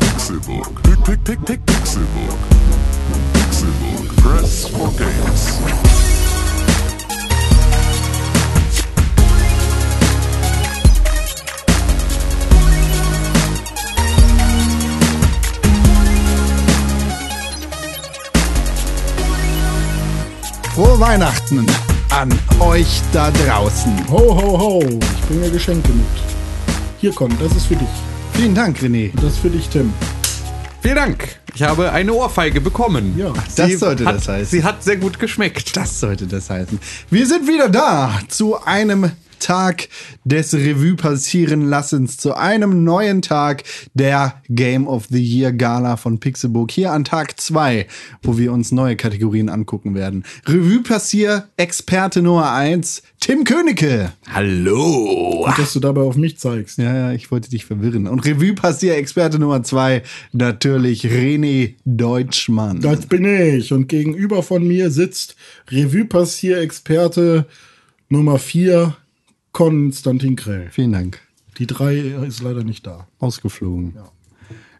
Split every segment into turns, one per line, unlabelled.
Pixelburg. Pick, pick, pick, pick, Pixelburg. Pixelburg. Press for games.
Frohe Weihnachten an euch da draußen.
Ho, ho, ho, ich bringe Geschenke mit. Hier, Con, das ist für dich.
Vielen Dank, René.
Und das ist für dich, Tim.
Vielen Dank. Ich habe eine Ohrfeige bekommen.
Ja.
Das
Sie
sollte
hat,
das heißen.
Sie hat sehr gut geschmeckt.
Das sollte das heißen. Wir sind wieder da zu einem Tag des Revue passieren Lassens, zu einem neuen Tag der Game of the Year Gala von Pixelburg. Hier an Tag zwei, wo wir uns neue Kategorien angucken werden. Revue passier Experte Nummer eins, Tim Königke.
Hallo.
Dass du dabei auf mich zeigst.
Ja, ja, ich wollte dich verwirren. Und Revue passier Experte Nummer zwei, natürlich René Deutschmann.
Das bin ich. Und gegenüber von mir sitzt Revue-Passier-Experte Nummer 4, Konstantin Krell.
Vielen Dank.
Die 3 ist leider nicht da.
Ausgeflogen.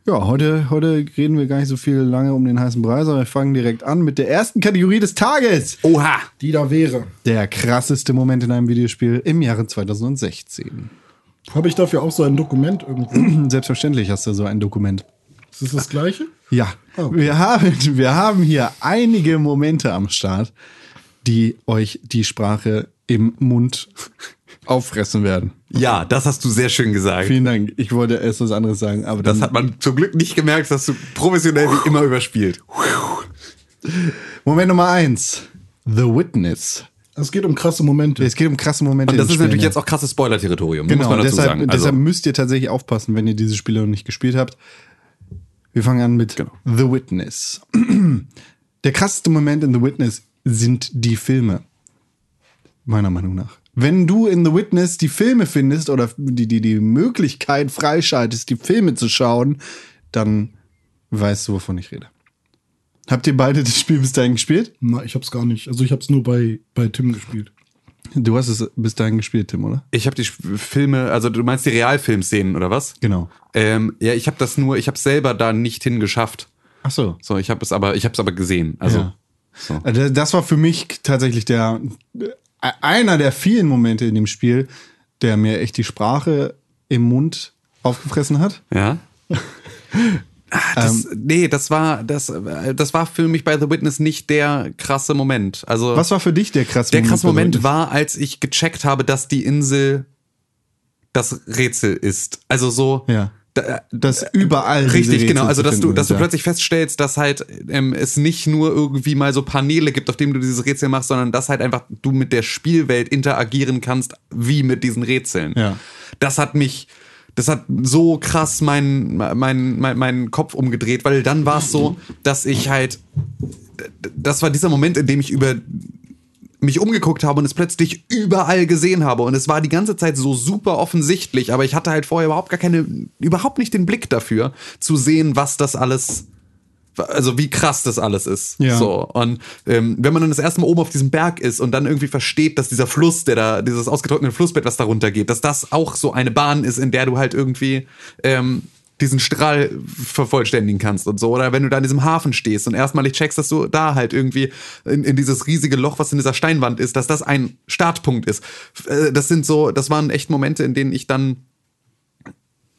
Ja. heute, heute reden wir gar nicht so viel lange um den heißen Brei, sondern wir fangen direkt an mit der ersten Kategorie des Tages.
Oha.
Die da wäre.
Der krasseste Moment in einem Videospiel im Jahre 2016.
Habe ich dafür auch so ein Dokument irgendwo?
Selbstverständlich hast du so ein Dokument.
Ist das das gleiche?
Ja, wir, haben, wir haben hier einige Momente am Start, die euch die Sprache im Mund auffressen werden.
Ja, das hast du sehr schön gesagt.
Vielen Dank. Ich wollte erst was anderes sagen, aber
Das
dann-
hat man zum Glück nicht gemerkt, dass du professionell wie immer überspielt.
Moment Nummer eins. The Witness.
Es geht um krasse Momente.
Es geht um krasse Momente.
Und das
in
ist
Spielen,
natürlich
ja.
jetzt auch krasses Spoiler-Territorium, muss
Genau,
man dazu
deshalb,
sagen. Also,
deshalb müsst ihr tatsächlich aufpassen, wenn ihr diese Spiele noch nicht gespielt habt. Wir fangen an mit The Witness. Der krasseste Moment in The Witness sind die Filme. Meiner Meinung nach. Wenn du in The Witness die Filme findest oder die, die, die Möglichkeit freischaltest, die Filme zu schauen, dann weißt du, wovon ich rede. Habt ihr beide das Spiel bis dahin gespielt?
Na, ich hab's gar nicht. Also ich hab's nur bei, bei Tim gespielt.
Du hast es bis dahin gespielt, Tim, oder?
ich habe die Sp- Filme, also du meinst die Realfilmszenen oder was?
Genau.
Ähm, ja, ich habe das nur, ich habe selber da nicht hingeschafft.
Ach so.
So, ich habe es aber, ich habe es aber gesehen. Also
Ja.
so.
Also Das war für mich tatsächlich der einer der vielen Momente in dem Spiel, der mir echt die Sprache im Mund aufgefressen hat.
Ja. Ah, Das,
Ähm.
nee, das war das, äh, das war für mich bei The Witness nicht der krasse Moment. Also
Was war für also? dich der krasse
der krasse Moment
war
war, als ich gecheckt habe, dass die Insel das Rätsel ist. Also so.
Ja.
Da,
dass überall diese
Richtig,
Rätsel
genau. Also,
zu
dass
finden
du, dass du
sind, ja.
plötzlich feststellst, dass halt ähm, es nicht nur irgendwie mal so Paneele gibt, auf denen du dieses Rätsel machst, sondern dass halt einfach du mit der Spielwelt interagieren kannst, wie mit diesen Rätseln.
Ja.
Das hat mich, das hat so krass meinen mein, mein, mein Kopf umgedreht, weil dann war es so, dass ich halt, das war dieser Moment, in dem ich über mich umgeguckt habe und es plötzlich überall gesehen habe und es war die ganze Zeit so super offensichtlich, aber ich hatte halt vorher überhaupt gar keine, überhaupt nicht den Blick dafür zu sehen, was das alles, also wie krass das alles ist.
Ja.
So und ähm, wenn man dann das erste Mal oben auf diesem Berg ist und dann irgendwie versteht, dass dieser Fluss, der da, dieses ausgetrocknete Flussbett, was darunter geht, dass das auch so eine Bahn ist, in der du halt irgendwie ähm, diesen Strahl vervollständigen kannst und so. Oder wenn du da in diesem Hafen stehst und erstmalig checkst, dass du da halt irgendwie in, in dieses riesige Loch, was in dieser Steinwand ist, dass das ein Startpunkt ist. Äh, Das sind so, das waren echt Momente, in denen ich dann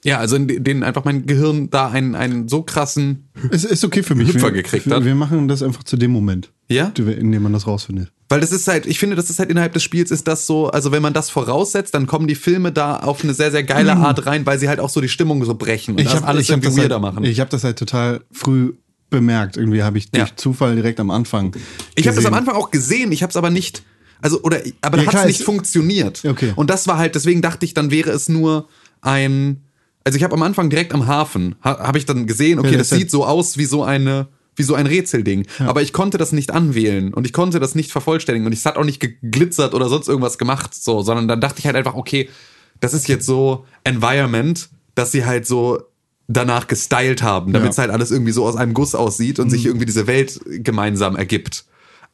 ja, also in de- denen einfach mein Gehirn da einen, einen so krassen,
Es ist okay für mich.
Hüpfer
wir,
gekriegt
wir,
hat.
wir machen das einfach zu dem Moment.
Ja?
In dem man das rausfindet.
weil das ist halt, ich finde, das ist halt innerhalb des Spiels ist das so, also wenn man das voraussetzt, dann kommen die Filme da auf eine sehr, sehr geile Art rein, weil sie halt auch so die Stimmung so brechen und das
Mhm. hab-
alles
hab
irgendwie
das
weirder
halt,
machen.
Ich habe das halt total früh bemerkt. Irgendwie habe ich durch
Ja.
Zufall direkt am Anfang.
Ich habe das
gesehen.
am Anfang auch gesehen, ich habe es aber nicht, also oder aber
Ja,
da hat's
klar,
nicht
es-
funktioniert.
Okay.
Und das war halt, deswegen dachte ich, dann wäre es nur ein, also ich habe am Anfang direkt am Hafen ha, habe ich dann gesehen, okay,
Ja, das ist
das
ja-
sieht so aus wie so eine wie so ein Rätselding, aber ich konnte das nicht anwählen und ich konnte das nicht vervollständigen und es hat auch nicht geglitzert oder sonst irgendwas gemacht, so, sondern dann dachte ich halt einfach, okay, das ist jetzt so Environment, dass sie halt so danach gestylt haben, damit
Ja.
es halt alles irgendwie so aus einem Guss aussieht und sich irgendwie diese Welt gemeinsam ergibt.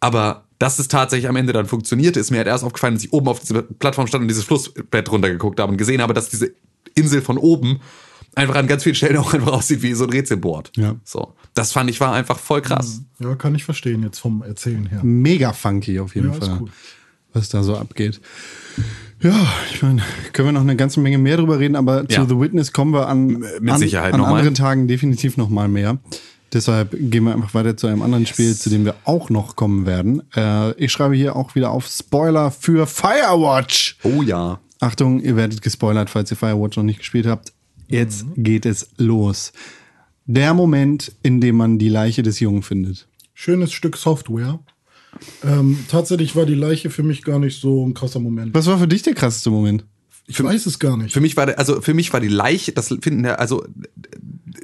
Aber dass es tatsächlich am Ende dann funktionierte, ist mir halt erst aufgefallen, dass ich oben auf dieser Plattform stand und dieses Flussbett runtergeguckt habe und gesehen habe, dass diese Insel von oben einfach an ganz vielen Stellen auch einfach aussieht wie so ein Rätselboard.
Ja.
So. Das fand ich war einfach voll krass.
Ja, kann ich verstehen jetzt vom Erzählen her.
Mega funky auf jeden
Ja, ist
Fall,
cool.
was da so abgeht. Ja, ich meine, können wir noch eine ganze Menge mehr drüber reden, aber
Ja.
zu The Witness kommen wir an,
mit
an,
Sicherheit
an
noch mal.
anderen Tagen definitiv nochmal mehr. Deshalb gehen wir einfach weiter zu einem anderen Spiel, zu dem wir auch noch kommen werden. Äh, ich schreibe hier auch wieder auf Spoiler für Firewatch.
Oh ja.
Achtung, ihr werdet gespoilert, falls ihr Firewatch noch nicht gespielt habt. Jetzt
Mhm.
geht es los. Der Moment, in dem man die Leiche des Jungen findet.
Schönes Stück Software. Ähm, tatsächlich war die Leiche für mich gar nicht so ein krasser Moment.
Was war für dich der krasseste Moment?
Ich weiß es gar nicht.
Für mich war der, also für mich war die Leiche, das finden der, also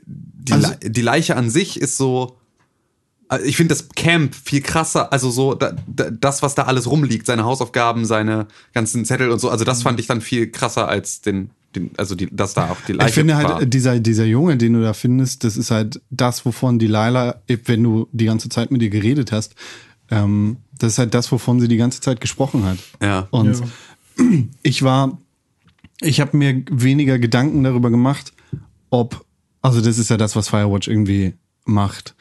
die,
Also-
Le die Leiche an sich ist so. also Ich finde das Camp viel krasser, also so da, da, das, was da alles rumliegt, seine Hausaufgaben, seine ganzen Zettel und so. Also
Mhm.
das fand ich dann viel krasser als den, den also die, dass da auch die Leiche
ich finde halt,
war.
äh, dieser, dieser Junge, den du da findest, das ist halt das, wovon die Laila, äh, wenn du die ganze Zeit mit ihr geredet hast, ähm, das ist halt das, wovon sie die ganze Zeit gesprochen hat.
Ja.
Und
Ja.
ich war, ich habe mir weniger Gedanken darüber gemacht, ob, also das ist ja das, was Firewatch irgendwie macht,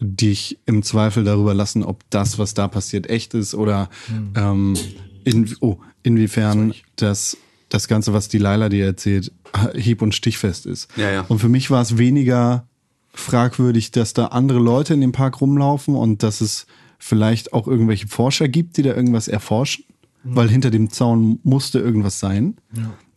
dich im Zweifel darüber lassen, ob das, was da passiert, echt ist oder ähm, in, oh, inwiefern das, das Ganze, was die Laila dir erzählt, hieb- und stichfest ist.
Ja, ja.
Und für mich war es weniger fragwürdig, dass da andere Leute in dem Park rumlaufen und dass es vielleicht auch irgendwelche Forscher gibt, die da irgendwas erforschen,
Mhm.
weil hinter dem Zaun musste irgendwas sein.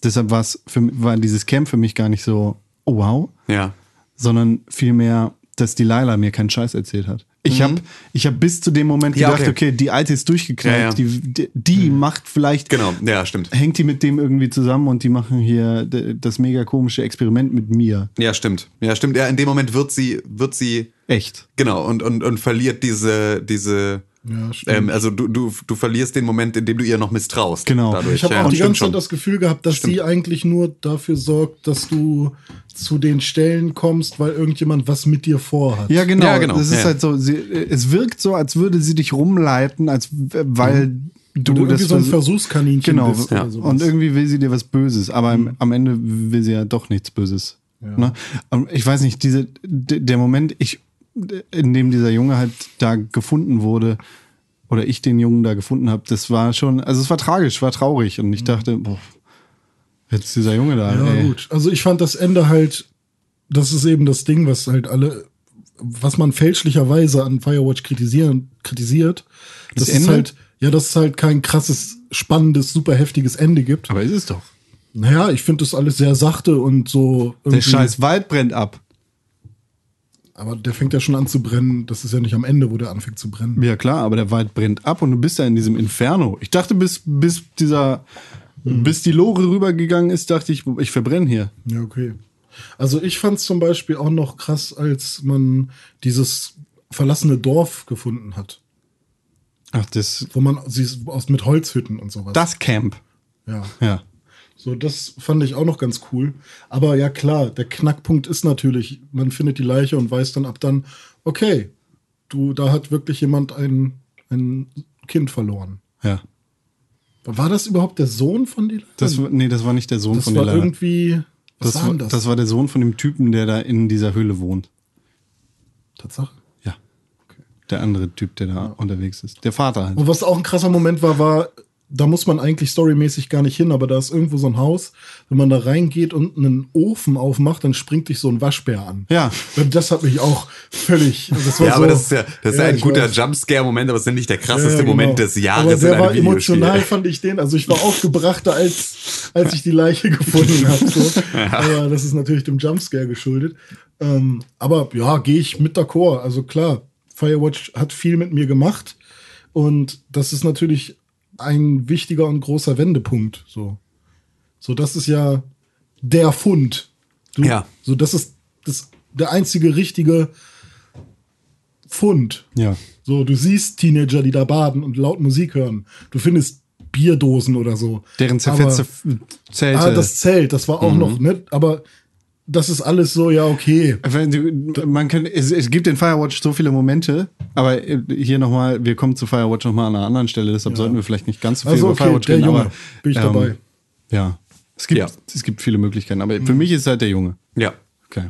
Deshalb war es für, war dieses Camp für mich gar nicht so, oh wow,
ja.
sondern vielmehr, dass die Laila mir keinen Scheiß erzählt hat. Ich habe ich hab bis zu dem Moment
Mhm. Ja,
gedacht, okay.
okay.
die Alte ist durchgeknallt,
Ja, ja.
die, die, die macht vielleicht
Genau, ja, stimmt.
hängt die mit dem irgendwie zusammen und die machen hier d- das mega komische Experiment mit mir.
Ja, stimmt. Ja, stimmt. Ja, in dem Moment wird sie, wird sie,
Echt.
genau, und, und, und verliert diese, diese,
Ja, stimmt.
ähm, also du, du, du verlierst den Moment, in dem du ihr noch misstraust.
Genau.
Dadurch.
ich habe
ja,
auch die
stimmt
ganze
schon.
Zeit das Gefühl gehabt, dass sie eigentlich nur dafür sorgt, dass du zu den Stellen kommst, weil irgendjemand was mit dir vorhat.
Ja, genau.
Ja, genau.
Das ist
Ja.
halt so, sie, es wirkt so, als würde sie dich rumleiten, als w- weil du,
du
das
irgendwie so ein
vers-
Versuchskaninchen
Genau.
bist.
Ja.
Oder sowas. Mhm.
Und irgendwie will sie dir was Böses, aber am- am Ende will sie ja doch nichts Böses. Ne? Ähm, Ich weiß nicht, diese, d- der Moment, ich, in dem dieser Junge halt da gefunden wurde, oder ich den Jungen da gefunden habe, das war schon, also es war tragisch, war traurig und ich dachte, boah, jetzt dieser Junge da.
Mhm. Ja,
ey.
gut. Also ich fand das Ende halt, das ist eben das Ding, was halt alle, was man fälschlicherweise an Firewatch kritisieren, kritisiert.
Das
Das, ist
Ende?
halt, ja, dass es halt kein krasses, spannendes, super heftiges Ende gibt.
Aber ist es doch.
Naja, ich finde das alles sehr sachte und so.
Der
irgendwie-
scheiß Wald brennt ab.
Aber der fängt ja schon an zu brennen. Das ist ja nicht am Ende, wo der anfängt zu brennen.
Ja klar, aber der Wald brennt ab und du bist ja in diesem Inferno. Ich dachte, bis, bis dieser,
Mhm.
bis die Lore rübergegangen ist, dachte ich, ich verbrenne hier.
Ja, okay. Also ich fand es zum Beispiel auch noch krass, als man dieses verlassene Dorf gefunden hat,
Ach, das,
wo man sie aus mit Holzhütten und sowas.
das Camp.
ja.
Ja.
So, das fand ich auch noch ganz cool. Aber ja, klar, der Knackpunkt ist natürlich, man findet die Leiche und weiß dann ab dann, okay, du, da hat wirklich jemand ein, ein Kind verloren.
Ja.
War das überhaupt der Sohn von die
Das, war- nee, das war nicht der Sohn
das
von
war
der Leider.
irgendwie. Was
Das,
war
war,
denn das?
das? war der Sohn von dem Typen, der da in dieser Höhle wohnt.
Tatsache.
Ja. Der andere Typ, der da unterwegs ist. Der Vater halt.
Und was auch ein krasser Moment war, war, da muss man eigentlich storymäßig gar nicht hin, aber da ist irgendwo so ein Haus, wenn man da reingeht und einen Ofen aufmacht, dann springt dich so ein Waschbär an.
Ja.
Und das hat mich auch völlig. Das war
Ja,
so,
aber das ist ja, das ist ja ein
also ich
guter
weiß.
Jumpscare-Moment, aber es ist ja nicht der krasseste
Ja, ja, genau.
Moment des Jahres
Aber der
in einem
war
Videospiel.
emotional, fand ich den. Also ich war aufgebrachter, als, als ich die Leiche gefunden habe. So. Aber das ist natürlich dem Jumpscare geschuldet. Ähm, aber ja, gehe ich mit d'accord. Also klar, Firewatch hat viel mit mir gemacht. Und das ist natürlich ein wichtiger und großer Wendepunkt. So, so das ist ja der Fund. Du,
Ja.
So, das ist das, der einzige richtige Fund.
Ja.
So, du siehst Teenager, die da baden und laut Musik hören. Du findest Bierdosen oder so.
Deren zerfetzte Mhm. F- Zelte.
Aber, ah, das Zelt, das war auch noch, ne? Aber das ist alles so, ja, okay.
Wenn du- Man kann, es, es gibt in Firewatch so viele Momente, aber äh, hier nochmal, wir kommen zu Firewatch nochmal an einer anderen Stelle, deshalb sollten wir vielleicht nicht ganz so viel
Also,
über
okay,
Firewatch
der
reden.
Junge,
aber,
bin ich dabei.
ähm, Ja. Es gibt,
Ja.
es gibt viele Möglichkeiten, aber für mich ist halt der Junge.
Ja.
Okay.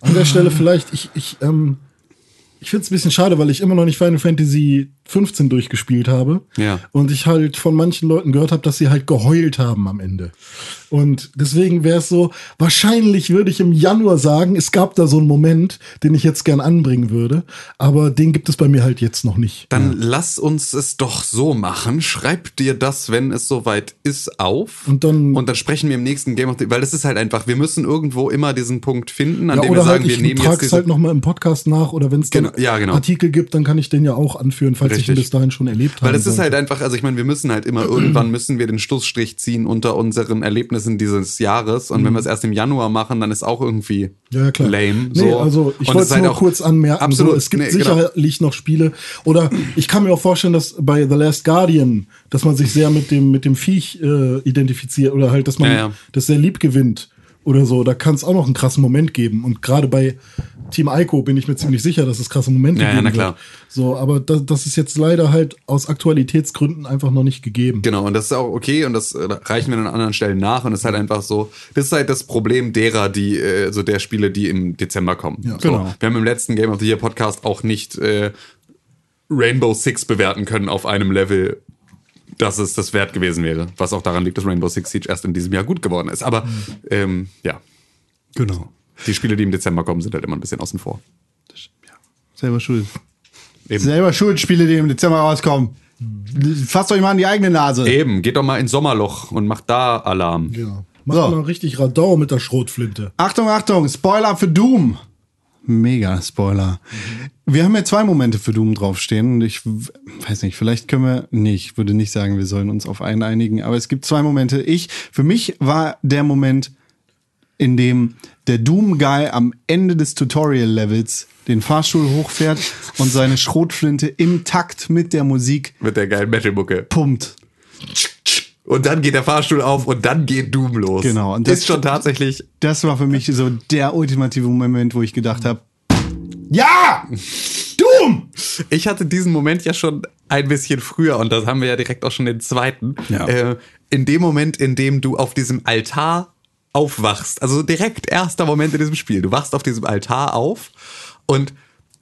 An der Stelle vielleicht, ich, ich, ähm, ich finde es ein bisschen schade, weil ich immer noch nicht Final Fantasy 15 durchgespielt habe.
Ja.
Und ich halt von manchen Leuten gehört habe, dass sie halt geheult haben am Ende. Und deswegen wäre es so, wahrscheinlich würde ich im Januar sagen, es gab da so einen Moment, den ich jetzt gern anbringen würde. Aber den gibt es bei mir halt jetzt noch nicht.
Dann lass uns es doch so machen. Schreib dir das, wenn es soweit ist, auf.
Und dann-
und dann sprechen wir im nächsten Game of the Weil das ist halt einfach, wir müssen irgendwo immer diesen Punkt finden, an
Ja,
dem wir
oder
sagen,
halt, ich
wir nehmen jetzt
trage es
diese.
halt nochmal im Podcast nach oder wenn es dann
Genau, ja, genau.
Artikel gibt, dann kann ich den ja auch anführen, falls ich ihn
Richtig.
bis dahin schon erlebt habe.
Weil es ist halt einfach, also ich meine, wir müssen halt immer irgendwann müssen wir den Schlussstrich ziehen unter unseren Erlebnissen dieses Jahres. Und wenn wir es erst im Januar machen, dann ist auch irgendwie
Mhm. Ja, klar.
lame.
Nee,
so.
also ich
Und
wollte
es
es
ist halt
nur
auch-
kurz anmerken.
Absolut.
So, es gibt
Nee, genau.
sicherlich noch Spiele. Oder ich kann mir auch vorstellen, dass bei The Last Guardian, dass man sich sehr mit dem, mit dem Viech äh, identifiziert oder halt, dass man
Ja, ja.
das sehr lieb gewinnt oder so. Da kann es auch noch einen krassen Moment geben. Und gerade bei Team Ico bin ich mir ziemlich sicher, dass es krasse Momente
Ja, ja,
geben
na klar.
wird. So, aber das, das ist jetzt leider halt aus Aktualitätsgründen einfach noch nicht gegeben.
Genau, und das ist auch okay und das äh, reichen wir an anderen Stellen nach und es ist halt einfach so, das ist halt das Problem derer, die, äh, so der Spiele, die im Dezember kommen.
Ja.
so.
Genau.
Wir haben im letzten Game of the Year Podcast auch nicht äh, Rainbow Six bewerten können auf einem Level, dass es das wert gewesen wäre. Was auch daran liegt, dass Rainbow Six Siege erst in diesem Jahr gut geworden ist. Aber
Mhm.
ähm, ja,
Genau.
die Spiele, die im Dezember kommen, sind halt immer ein bisschen außen vor.
Selber schuld.
Eben.
Selber schuld, Spiele, die im Dezember rauskommen. Fasst euch mal an die eigene Nase.
Eben, geht doch mal ins Sommerloch und macht da Alarm.
Ja. Macht
So.
mal richtig Radau mit der Schrotflinte.
Achtung, Achtung, Spoiler für Doom. Mega Spoiler. Wir haben ja zwei Momente für Doom draufstehen und ich w- weiß nicht, vielleicht können wir, nee, ich würde nicht sagen, wir sollen uns auf einen einigen, aber es gibt zwei Momente. Ich, für mich war der Moment, in dem der Doom-Guy am Ende des Tutorial-Levels den Fahrstuhl hochfährt und seine Schrotflinte im Takt mit der Musik
Mit der geilen Metal-Mucke.
pumpt.
Und dann geht der Fahrstuhl auf und dann geht Doom los.
Genau, und
Und
das-
das ist schon tatsächlich.
Das war für mich so der ultimative Moment, wo ich gedacht habe, ja! Doom!
Ich hatte diesen Moment ja schon ein bisschen früher und das haben wir ja direkt auch schon den zweiten.
Ja.
Äh, in dem Moment, in dem du auf diesem Altar aufwachst, also direkt erster Moment in diesem Spiel, du wachst auf diesem Altar auf und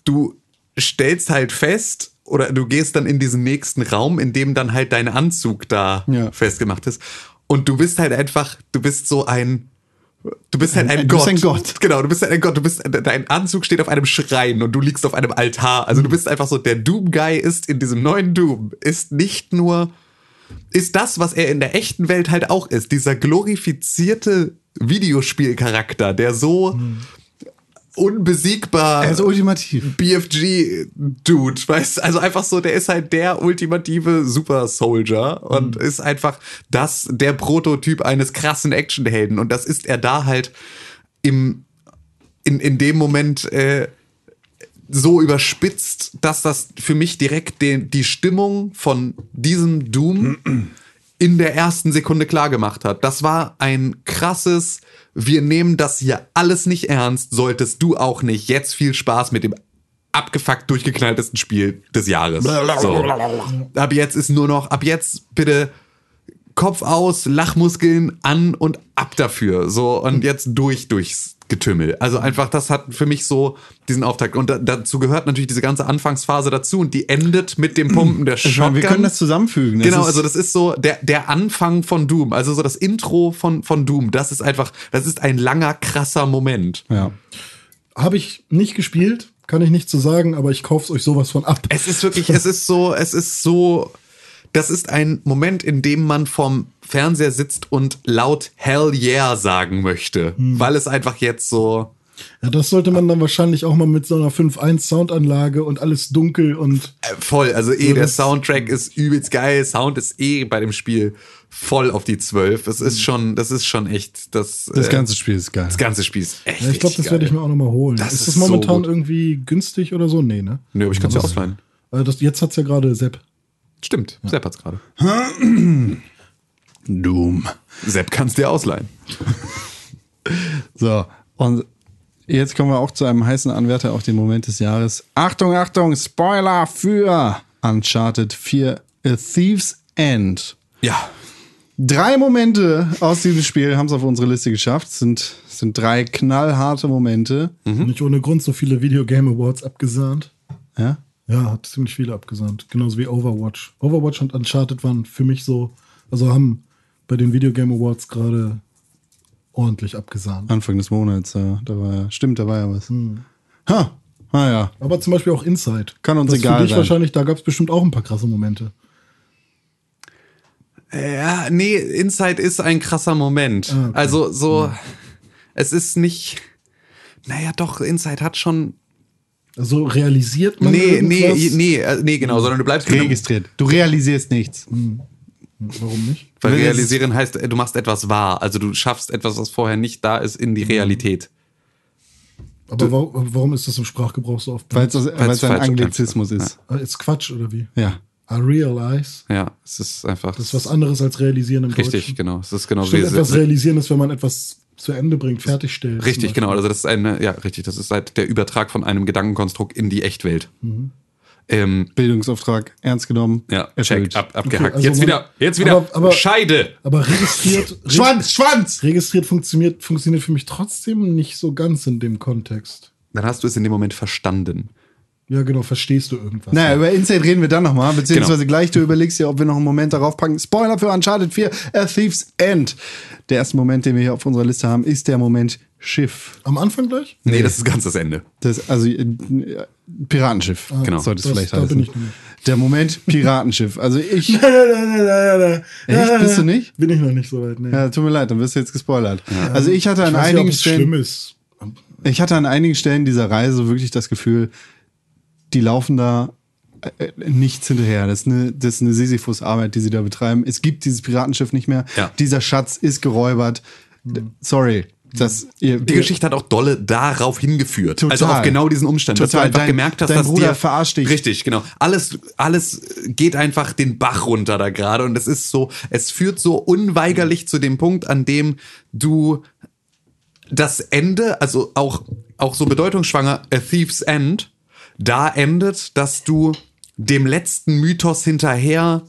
du stellst halt fest oder du gehst dann in diesen nächsten Raum, in dem dann halt dein Anzug da
Ja.
festgemacht ist und du bist halt einfach, du bist so ein Du bist halt ein,
Ein- du
Gott.
bist ein Gott.
Genau, du bist halt ein Gott. Du bist, dein Anzug steht auf einem Schrein und du liegst auf einem Altar.
Mhm.
Also du bist einfach so, der Doom-Guy ist in diesem neuen Doom, ist nicht nur, ist das, was er in der echten Welt halt auch ist. Dieser glorifizierte Videospielcharakter, der so unbesiegbar
Mhm. Er ist ultimativ.
BFG-Dude, weißt also einfach so, der ist halt der ultimative Super Soldier und ist einfach das, der Prototyp eines krassen Actionhelden und das ist er da halt im, in, in dem Moment, äh, so überspitzt, dass das für mich direkt den, die Stimmung von diesem Doom in der ersten Sekunde klar gemacht hat. Das war ein krasses, wir nehmen das hier alles nicht ernst, solltest du auch nicht. Jetzt viel Spaß mit dem abgefuckt durchgeknalltesten Spiel des Jahres. So. Ab jetzt ist nur noch, ab jetzt bitte Kopf aus, Lachmuskeln an und ab dafür. So, und jetzt durch durchs Getümmel. Also einfach, das hat für mich so diesen Auftakt. Und da, dazu gehört natürlich diese ganze Anfangsphase dazu und die endet mit dem Pumpen der
Ich meine,
Shotgun.
wir können das zusammenfügen. Das
Genau,
ist-
also das ist so der, der Anfang von Doom, also so das Intro von, von Doom, das ist einfach, das ist ein langer, krasser Moment.
Ja.
Habe ich nicht gespielt, kann ich nicht zu sagen, aber ich kauf's euch sowas von ab.
Es ist wirklich, es ist so, es ist so, das ist ein Moment, in dem man vom Fernseher sitzt und laut Hell yeah sagen möchte,
Hm.
weil es einfach jetzt so,
Ja, das sollte man dann wahrscheinlich auch mal mit so einer 5.1 Soundanlage und alles dunkel und
Äh, Voll, also eh,
Ja,
der
das-
Soundtrack ist übelst geil. Sound ist eh bei dem Spiel voll auf die 12. Das
Hm.
ist schon, das ist schon echt, das,
Das
äh,
ganze Spiel ist geil.
das ganze Spiel ist echt.
ja, ich glaube, das werde ich mir auch noch mal holen.
Das
ist
ist
das
so
momentan
gut.
irgendwie günstig oder so? Nee, ne?
Nö, aber ich kann es ja ausleihen.
Äh, das, jetzt hat's ja gerade Sepp.
Stimmt, Sepp hat's gerade.
Doom.
Sepp kann's dir ausleihen.
So, und jetzt kommen wir auch zu einem heißen Anwärter auf den Moment des Jahres. Achtung, Achtung, Spoiler für Uncharted 4 A Thieves End.
Ja.
Drei Momente aus diesem Spiel haben es auf unsere Liste geschafft. Es sind, es sind drei knallharte Momente.
Mhm.
Nicht ohne Grund so viele Video Game Awards abgesahnt.
Ja?
Ja, hat ziemlich viele abgesandt. Genauso wie Overwatch. Overwatch und Uncharted waren für mich so, also haben bei den Video Game Awards gerade ordentlich abgesahnt.
Anfang des Monats, ja. Da war ja, stimmt, da war ja was.
Hm.
Ha, ah naja.
Aber zum Beispiel auch Inside.
Kann uns
das
egal
für dich
sein.
wahrscheinlich, da gab es bestimmt auch ein paar krasse Momente.
Ja, nee, Inside ist ein krasser Moment.
Ah, okay.
Also so, es ist nicht. Naja, doch, Inside hat schon.
Also realisiert man
Nee, nee,
irgendwas?
nee, äh, nee,
Mhm.
genau, Hm. sondern du bleibst mit einem-
Registriert. Du realisierst nichts.
Warum nicht?
Weil
Wenn es-
realisieren heißt, äh, du machst etwas wahr. Also du schaffst etwas, was vorher nicht da ist, in die
Mhm.
Realität.
Aber wa warum ist das im Sprachgebrauch so oft?
Weil es ein
falsch-
Anglizismus
falsch-
ist.
Ah, Ist Quatsch oder wie?
Ja.
I realize.
Ja, es ist einfach.
Das ist was anderes als realisieren im
richtig,
Deutschen.
genau. Es ist genau
Stimmt,
wie-
etwas realisieren ist, wenn man etwas zu Ende bringt, fertigstellt. zum
Richtig,
Beispiel.
genau. Also das ist eine, ja, richtig. Das ist halt der Übertrag von einem Gedankenkonstrukt in die Echtwelt.
Mhm.
Ähm,
Bildungsauftrag ernst genommen.
ja,
erfüllt.
check, ab, abgehackt.
Okay, also
jetzt
man-
wieder, jetzt wieder,
aber- aber-
Scheide!
Aber registriert, reg
Schwanz, Schwanz!
registriert funktioniert, funktioniert für mich trotzdem nicht so ganz in dem Kontext.
Dann hast du es in dem Moment verstanden.
Ja, genau, verstehst du irgendwas.
Naja, über Inside reden wir dann nochmal, beziehungsweise
Genau.
gleich, du überlegst dir, ob wir noch einen Moment darauf packen. Spoiler für Uncharted 4, A Thief's End. Der erste Moment, den wir hier auf unserer Liste haben, ist der Moment Schiff.
Am Anfang gleich?
Nee, das ist ganz das Ende.
Das, also äh, Piratenschiff
Genau.
sollte es
Ah, Das-
vielleicht
da
heißen.
bin ich nämlich.
der Moment Piratenschiff. Also ich,
Echt?
Echt? Bist du nicht?
Bin ich noch nicht so weit, nee.
ja, tut mir leid, dann wirst du jetzt gespoilert. Also ich hatte
ich
an
weiß nicht, ob
einigen
es
Stellen...
schlimm ist.
Ich hatte an einigen Stellen dieser Reise wirklich das Gefühl, die laufen da äh, nichts hinterher. Das ist eine, das ist eine Sisyphus-Arbeit, die sie da betreiben. Es gibt dieses Piratenschiff nicht mehr.
Ja.
Dieser Schatz ist geräubert. D- Sorry. Das, ihr,
Die Geschichte hat auch dolle darauf hingeführt.
Total.
Also auf genau diesen Umstand, dass du
Total.
einfach
Dein-
gemerkt hast,
dein
dass
Bruder
dir,
verarscht dich.
Richtig, genau. Alles, alles geht einfach den Bach runter da gerade und es ist so, es führt so unweigerlich zu dem Punkt, an dem du das Ende, also auch, auch so bedeutungsschwanger, A Thief's End, da endet, dass du dem letzten Mythos hinterher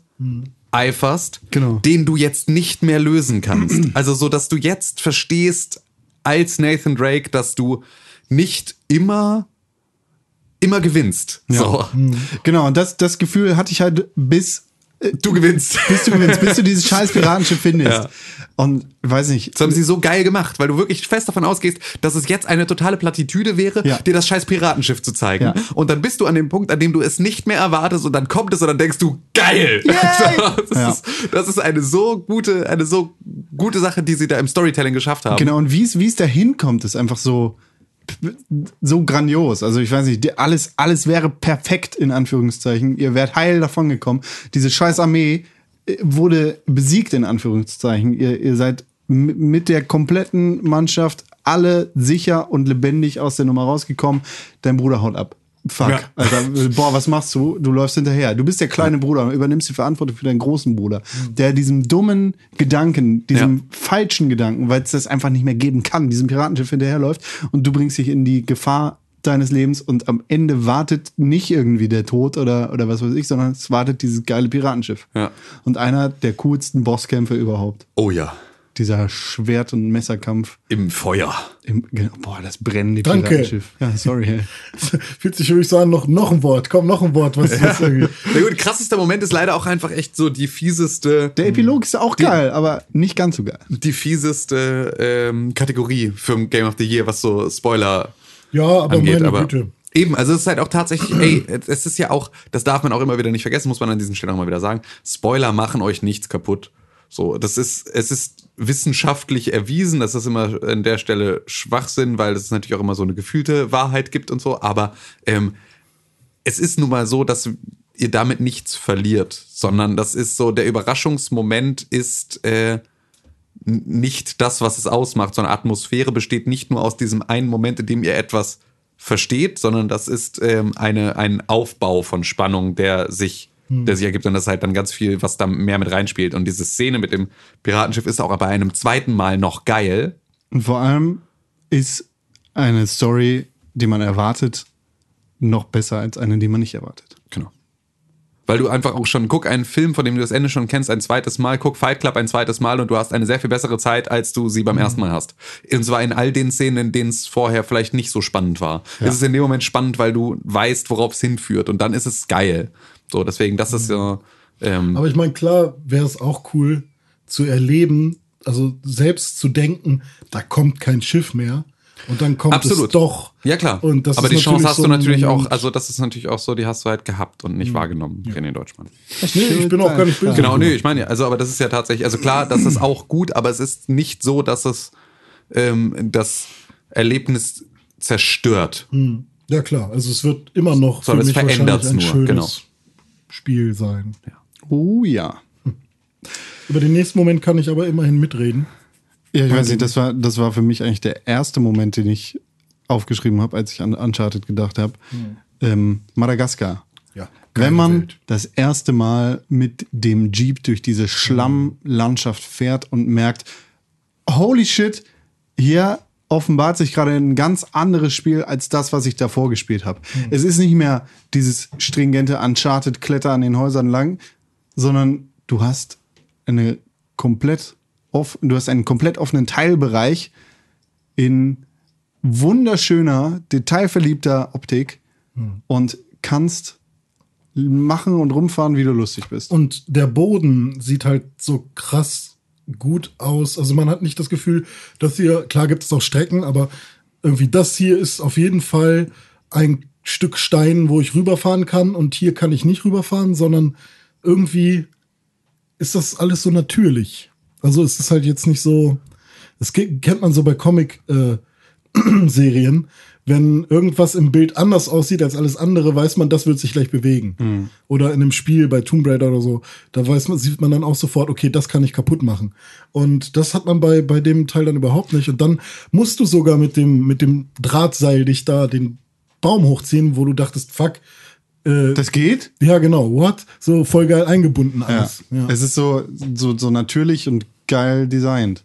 eiferst,
Genau.
den du jetzt nicht mehr lösen kannst. Also so, dass du jetzt verstehst als Nathan Drake, dass du nicht immer immer gewinnst. So.
Genau, und das, das Gefühl hatte ich halt bis,
Du gewinnst.
bis du gewinnst, bis du dieses scheiß Piratenschiff findest.
Ja.
Und weiß nicht.
Das haben sie so geil gemacht, weil du wirklich fest davon ausgehst, dass es jetzt eine totale Plattitüde wäre,
Ja.
dir das scheiß Piratenschiff zu zeigen.
Ja.
Und dann bist du an dem Punkt, an dem du es nicht mehr erwartest und dann kommt es und dann denkst du, geil! So, das,
Ja.
ist, das ist eine so gute, eine so gute Sache, die sie da im Storytelling geschafft haben.
Genau, und wie es wie es da hinkommt, ist einfach so so grandios. Also ich weiß nicht, die- alles alles wäre perfekt in Anführungszeichen. Ihr wärt heil davon gekommen. Diese scheiß Armee äh, wurde besiegt in Anführungszeichen. Ihr, ihr seid m- mit der kompletten Mannschaft alle sicher und lebendig aus der Nummer rausgekommen. Dein Bruder haut ab. Fuck.
Ja.
Alter, boah, was machst du? Du läufst hinterher. Du bist der kleine Bruder, übernimmst die Verantwortung für deinen großen Bruder, der diesem dummen Gedanken, diesem
Ja.
falschen Gedanken, weil es das einfach nicht mehr geben kann, diesem Piratenschiff hinterherläuft und du bringst dich in die Gefahr deines Lebens und am Ende wartet nicht irgendwie der Tod oder, oder was weiß ich, sondern es wartet dieses geile Piratenschiff.
Ja.
Und einer der coolsten Bosskämpfe überhaupt.
Oh ja,
Dieser Schwert- und Messerkampf.
im Feuer.
Im, genau, boah, das brennende
Danke.
Piratenschiff. Ja, sorry. ey.
Fühlt sich wirklich so an, noch, noch ein Wort. Komm, noch ein Wort. Was ist das irgendwie?
Na gut, krassester Moment ist leider auch einfach echt so die fieseste,
Der Epilog ist auch geil, aber nicht ganz so geil.
die fieseste ähm, Kategorie für Game of the Year, was so Spoiler
Ja, aber
angeht.
meine
aber
Güte.
Eben, also es ist halt auch tatsächlich, ey, es ist ja auch, das darf man auch immer wieder nicht vergessen, muss man an diesen Stellen auch mal wieder sagen. Spoiler machen euch nichts kaputt. So, das ist, es ist wissenschaftlich erwiesen, das ist immer an der Stelle Schwachsinn, weil es natürlich auch immer so eine gefühlte Wahrheit gibt und so, aber ähm, es ist nun mal so, dass ihr damit nichts verliert, sondern das ist so, der Überraschungsmoment ist äh, n- nicht das, was es ausmacht, sondern Atmosphäre besteht nicht nur aus diesem einen Moment, in dem ihr etwas versteht, sondern das ist ähm, eine, ein Aufbau von Spannung, der sich, der sich ergibt und das ist halt dann ganz viel, was da mehr mit reinspielt. Und diese Szene mit dem Piratenschiff ist auch bei einem zweiten Mal noch geil.
Und vor allem ist eine Story, die man erwartet, noch besser als eine, die man nicht erwartet.
Genau. Weil du einfach auch schon, guck einen Film, von dem du das Ende schon kennst, ein zweites Mal, guck Fight Club ein zweites Mal und du hast eine sehr viel bessere Zeit, als du sie
Mhm.
beim ersten Mal hast. Und zwar in all den Szenen, in denen es vorher vielleicht nicht so spannend war. Es ist in dem Moment spannend, weil du weißt, worauf es hinführt und dann ist es geil. So, deswegen, das ist ja, ähm,
Mhm. Aber ich meine, klar wäre es auch cool zu erleben, also selbst zu denken, da kommt kein Schiff mehr und dann kommt es
Absolut.
doch.
ja klar.
Und das
Aber
ist
die Chance
natürlich
hast
so
du
ein- Mhm.
natürlich auch, also das ist natürlich auch so, die hast du halt gehabt und nicht wahrgenommen, René Deutschmann.
Nee, ich bin auch gar nicht böse.
Genau, nee, ich meine, ja, also aber das ist ja tatsächlich, also klar, das ist auch gut, aber es ist nicht so, dass es ähm, das Erlebnis zerstört.
Ja klar, also es wird immer noch
So,
für
das
mich
verändert's
wahrscheinlich ein schönes
nur, genau.
Spiel sein.
Oh ja.
Über den nächsten Moment kann ich aber immerhin mitreden.
Ja, ich weiß nicht, das war, das war für mich eigentlich der erste Moment, den ich aufgeschrieben habe, als ich an Uncharted gedacht habe. Ähm, Madagaskar.
Ja,
Wenn man
Welt.
das erste Mal mit dem Jeep durch diese Schlammlandschaft fährt und merkt, holy shit, hier offenbart sich gerade ein ganz anderes Spiel als das, was ich davor gespielt habe. Es ist nicht mehr dieses stringente Uncharted-Kletter an den Häusern lang, sondern du hast eine komplett off du hast einen komplett offenen Teilbereich in wunderschöner, detailverliebter Optik und kannst machen und rumfahren, wie du lustig bist.
Und der Boden sieht halt so krass gut aus. Also man hat nicht das Gefühl, dass hier, klar gibt es auch Strecken, aber irgendwie das hier ist auf jeden Fall ein Stück Stein, wo ich rüberfahren kann und hier kann ich nicht rüberfahren, sondern irgendwie ist das alles so natürlich. Also es ist halt jetzt nicht so, das ke- kennt man so bei Comic äh, Serien, wenn irgendwas im Bild anders aussieht als alles andere, weiß man, das wird sich gleich bewegen. Oder in einem Spiel bei Tomb Raider oder so, da weiß man, sieht man dann auch sofort, okay, das kann ich kaputt machen. Und das hat man bei, bei dem Teil dann überhaupt nicht. Und dann musst du sogar mit dem, mit dem Drahtseil dich da den Baum hochziehen, wo du dachtest, fuck, äh,
Das geht?
ja genau, what? So voll geil eingebunden alles. Ja.
Es ist so, so, so natürlich und geil designt.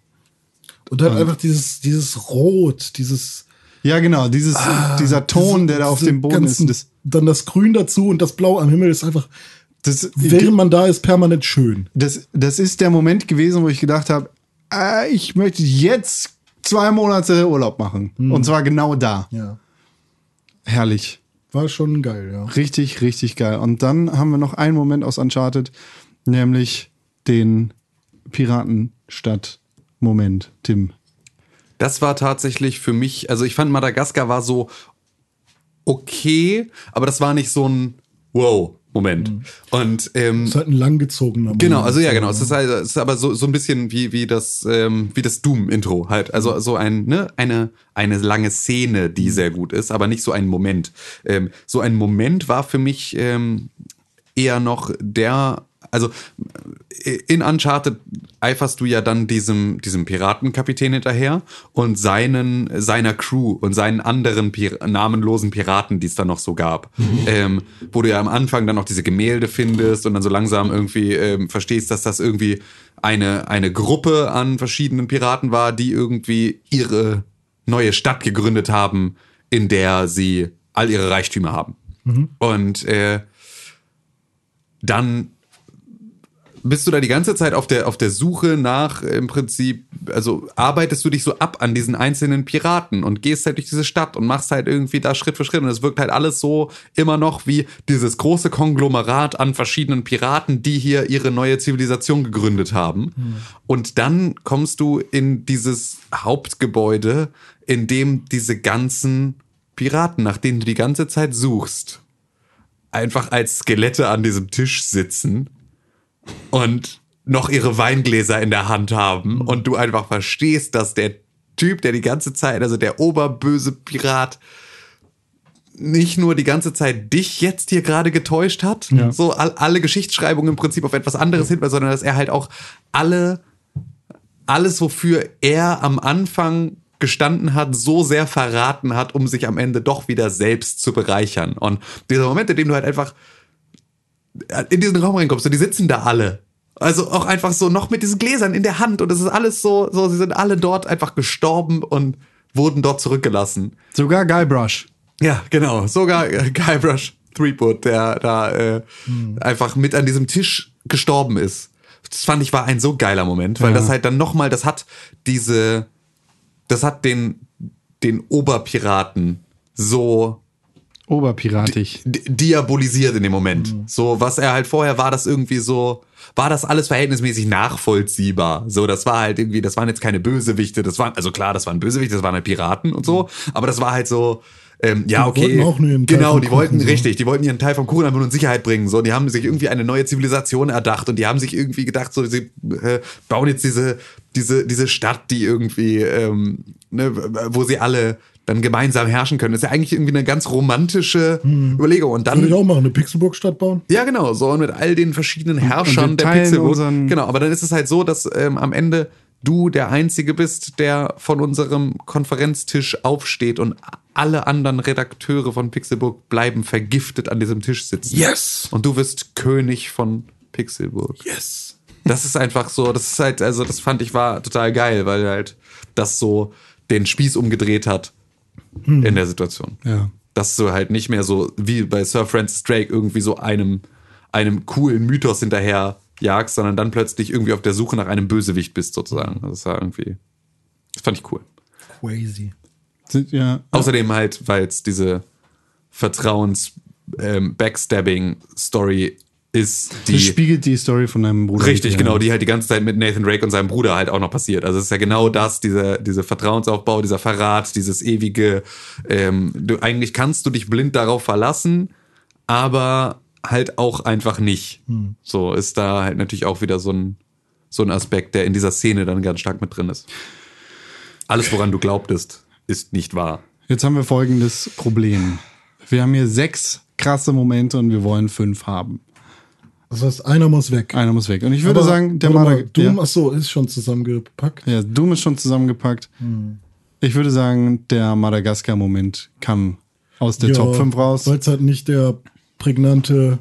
Und dann einfach dieses, dieses Rot, dieses,
Ja, genau, dieses, dieser Ton, der da auf
diese
dem Boden ist,
ganzen-
das,
dann das Grün dazu und das Blau am Himmel ist einfach,
das,
während man da ist, permanent schön.
das, das ist der Moment gewesen, wo ich gedacht habe, ah, ich möchte jetzt zwei Monate Urlaub machen. Und zwar genau da.
Ja.
Herrlich.
War schon geil, ja.
Richtig, richtig geil. Und dann haben wir noch einen Moment aus Uncharted, nämlich den Piratenstadt-Moment, Tim.
Das war tatsächlich für mich, also ich fand Madagaskar war so okay, aber das war nicht so ein Wow-Moment. Und ähm,
Ist halt ein langgezogener
Genau,
Moment.
also ja, genau. Es ist, halt, es ist aber so, so ein bisschen wie, wie das, ähm, wie das Doom-Intro halt. Also so ein, ne, eine, eine lange Szene, die sehr gut ist, aber nicht so ein Moment. Ähm, so ein Moment war für mich ähm, eher noch der, also äh, in Uncharted eiferst du ja dann diesem, diesem Piratenkapitän hinterher und seinen, seiner Crew und seinen anderen Pir namenlosen Piraten, die es dann noch so gab. Ähm, wo du ja am Anfang dann auch diese Gemälde findest und dann so langsam irgendwie ähm, verstehst, dass das irgendwie eine, eine Gruppe an verschiedenen Piraten war, die irgendwie ihre neue Stadt gegründet haben, in der sie all ihre Reichtümer haben. Und äh, dann bist du da die ganze Zeit auf der, auf der Suche nach äh, im Prinzip, also arbeitest du dich so ab an diesen einzelnen Piraten und gehst halt durch diese Stadt und machst halt irgendwie da Schritt für Schritt und es wirkt halt alles so immer noch wie dieses große Konglomerat an verschiedenen Piraten, die hier ihre neue Zivilisation gegründet haben. Und dann kommst du in dieses Hauptgebäude, in dem diese ganzen Piraten, nach denen du die ganze Zeit suchst, einfach als Skelette an diesem Tisch sitzen und noch ihre Weingläser in der Hand haben und du einfach verstehst, dass der Typ, der die ganze Zeit, also der oberböse Pirat, nicht nur die ganze Zeit dich jetzt hier gerade getäuscht hat, so all, alle Geschichtsschreibungen im Prinzip auf etwas anderes hinweisen, sondern dass er halt auch alle, alles, wofür er am Anfang gestanden hat, so sehr verraten hat, um sich am Ende doch wieder selbst zu bereichern. Und dieser Moment, in dem du halt einfach äh, in diesen Raum reinkommst und die sitzen da alle. Also auch einfach so noch mit diesen Gläsern in der Hand und es ist alles so, so, sie sind alle dort einfach gestorben und wurden dort zurückgelassen.
Sogar Guybrush.
Ja, genau. Sogar äh, Guybrush Threepwood, der da äh, einfach mit an diesem Tisch gestorben ist. Das fand ich war ein so geiler Moment, weil
Ja.
das halt dann nochmal, das hat diese, das hat den, den Oberpiraten so
Oberpiratig.
di- diabolisiert in dem Moment.
Mhm.
So, was er halt vorher war, das irgendwie so, war das alles verhältnismäßig nachvollziehbar. So, das war halt irgendwie, das waren jetzt keine Bösewichte, das waren, also klar, das waren Bösewichte, das waren halt Piraten und so, aber das war halt so, ähm, ja,
Mhm. Die
okay.
wollten auch nur ihren Teil
genau,
vom
die wollten,
Kuchen, so.
richtig, die wollten ihren Teil vom Kuchen einfach nur in Sicherheit bringen. So, die haben sich irgendwie eine neue Zivilisation erdacht und die haben sich irgendwie gedacht, so, sie äh, bauen jetzt diese, diese, diese Stadt, die irgendwie, ähm, ne, wo sie alle dann gemeinsam herrschen können. Das ist ja eigentlich irgendwie eine ganz romantische Überlegung. Und dann
Hm. Würde ich auch machen, eine Pixelburg-Stadt bauen.
ja, genau, so und mit all den verschiedenen Herrschern
den
der
Teilen
Pixelburg.
unseren-
Genau, aber dann ist es halt so, dass ähm, am Ende du der Einzige bist, der von unserem Konferenztisch aufsteht und alle anderen Redakteure von Pixelburg bleiben vergiftet an diesem Tisch sitzen.
Yes!
Und du wirst König von Pixelburg.
Yes.
Das ist einfach so, das ist halt, also das fand ich war total geil, weil halt das so den Spieß umgedreht hat
Hm.
in der Situation.
Ja.
Dass du halt nicht mehr so wie bei Sir Francis Drake irgendwie so einem, einem coolen Mythos hinterher jagst, sondern dann plötzlich irgendwie auf der Suche nach einem Bösewicht bist, sozusagen. Das war irgendwie, das fand ich cool.
Crazy.
Sind ja.
Außerdem halt, weil es diese Vertrauens-Backstabbing-Story ist, die.
das spiegelt die Story von deinem Bruder.
Richtig,
Ja.
genau, die halt die ganze Zeit mit Nathan Drake und seinem Bruder halt auch noch passiert. Also es ist ja genau das, dieser, dieser Vertrauensaufbau, dieser Verrat, dieses ewige, ähm, du, eigentlich kannst du dich blind darauf verlassen, aber halt auch einfach nicht. So ist da halt natürlich auch wieder so ein, so ein Aspekt, der in dieser Szene dann ganz stark mit drin ist. Alles, woran du glaubtest, ist nicht wahr.
Jetzt haben wir folgendes Problem. Wir haben hier sechs krasse Momente und wir wollen fünf haben.
Das heißt, einer muss weg.
Einer muss weg. Und ich würde
Aber,
sagen, der
warte
Marder,
mal, Doom,
ja,
achso, ist schon zusammengepackt.
ja, Doom ist schon zusammengepackt. Ich würde sagen, der Madagaskar-Moment kann aus der Top 5 raus.
Weil es halt nicht der prägnante,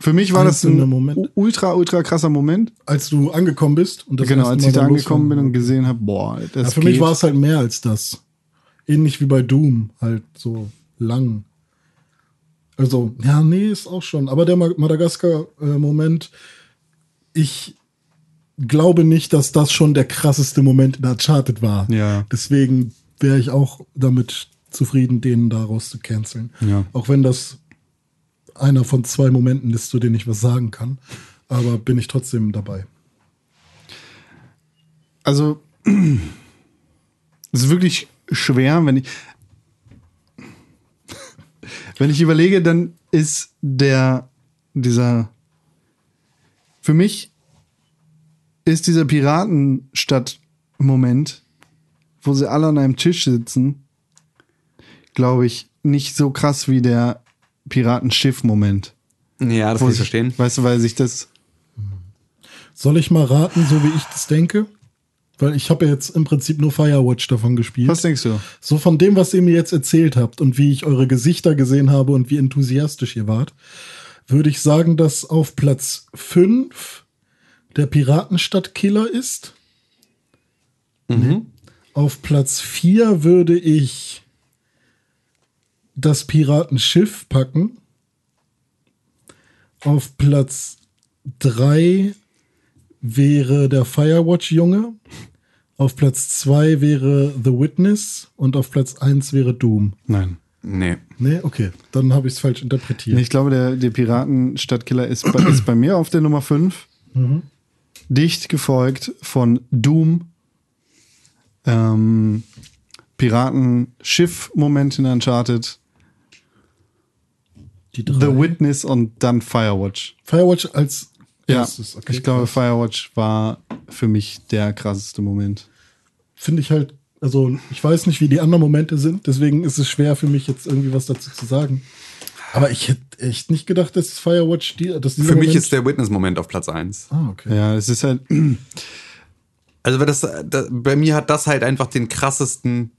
Für mich war das ein
Einzelner Moment.
ultra, ultra krasser Moment.
als du angekommen bist. Und das
genau,
erste
als
Mal
ich da
dann
angekommen bin
losfahren.
und gesehen habe, boah, das
Ja, für
geht.
mich war es halt mehr als das. Ähnlich wie bei Doom, halt so lang. Also, ja, nee, ist auch schon. Aber der Ma- Madagaskar-Moment, ich glaube nicht, dass das schon der krasseste Moment in Uncharted war.
Ja.
Deswegen wäre ich auch damit zufrieden, den daraus zu canceln.
Ja.
Auch wenn das einer von zwei Momenten ist, zu denen ich was sagen kann. Aber bin ich trotzdem dabei.
also es ist wirklich schwer, wenn ich wenn ich überlege, dann ist der dieser für mich ist dieser Piratenstadt Moment, wo sie alle an einem Tisch sitzen, glaube ich, nicht so krass wie der Piratenschiff Moment.
Ja, das
Wo sich- Weißt du, weil sich das
Soll ich mal raten, so wie ich das denke? Weil ich habe ja jetzt im Prinzip nur Firewatch davon gespielt.
Was denkst du?
So von dem, was ihr mir jetzt erzählt habt und wie ich eure Gesichter gesehen habe und wie enthusiastisch ihr wart, würde ich sagen, dass auf Platz 5 der Piratenstadt-Killer ist. Auf Platz 4 würde ich das Piratenschiff packen. Auf Platz 3 wäre der Firewatch-Junge. Auf Platz 2 wäre The Witness und auf Platz 1 wäre Doom.
Nein.
Nee.
Nee, okay, dann habe ich es falsch interpretiert.
Ich glaube, der, der Piratenstadtkiller ist bei, ist bei mir auf der Nummer 5. Dicht gefolgt von Doom. Ähm, Piratenschiff-Moment in Uncharted.
Die
The
drei.
Witness und dann Firewatch.
Firewatch als
Ja,
erstes. Okay.
ich glaube, Firewatch war für mich der krasseste Moment.
Finde ich halt, also ich weiß nicht, wie die anderen Momente sind, deswegen ist es schwer für mich jetzt irgendwie was dazu zu sagen. Aber ich hätte echt nicht gedacht, dass Firewatch die. Dass dieser
Für mich
Moment-
ist der Witness-Moment auf Platz 1.
Ah, okay.
Ja, es ist halt.
Also weil das, das, bei mir hat das halt einfach den krassesten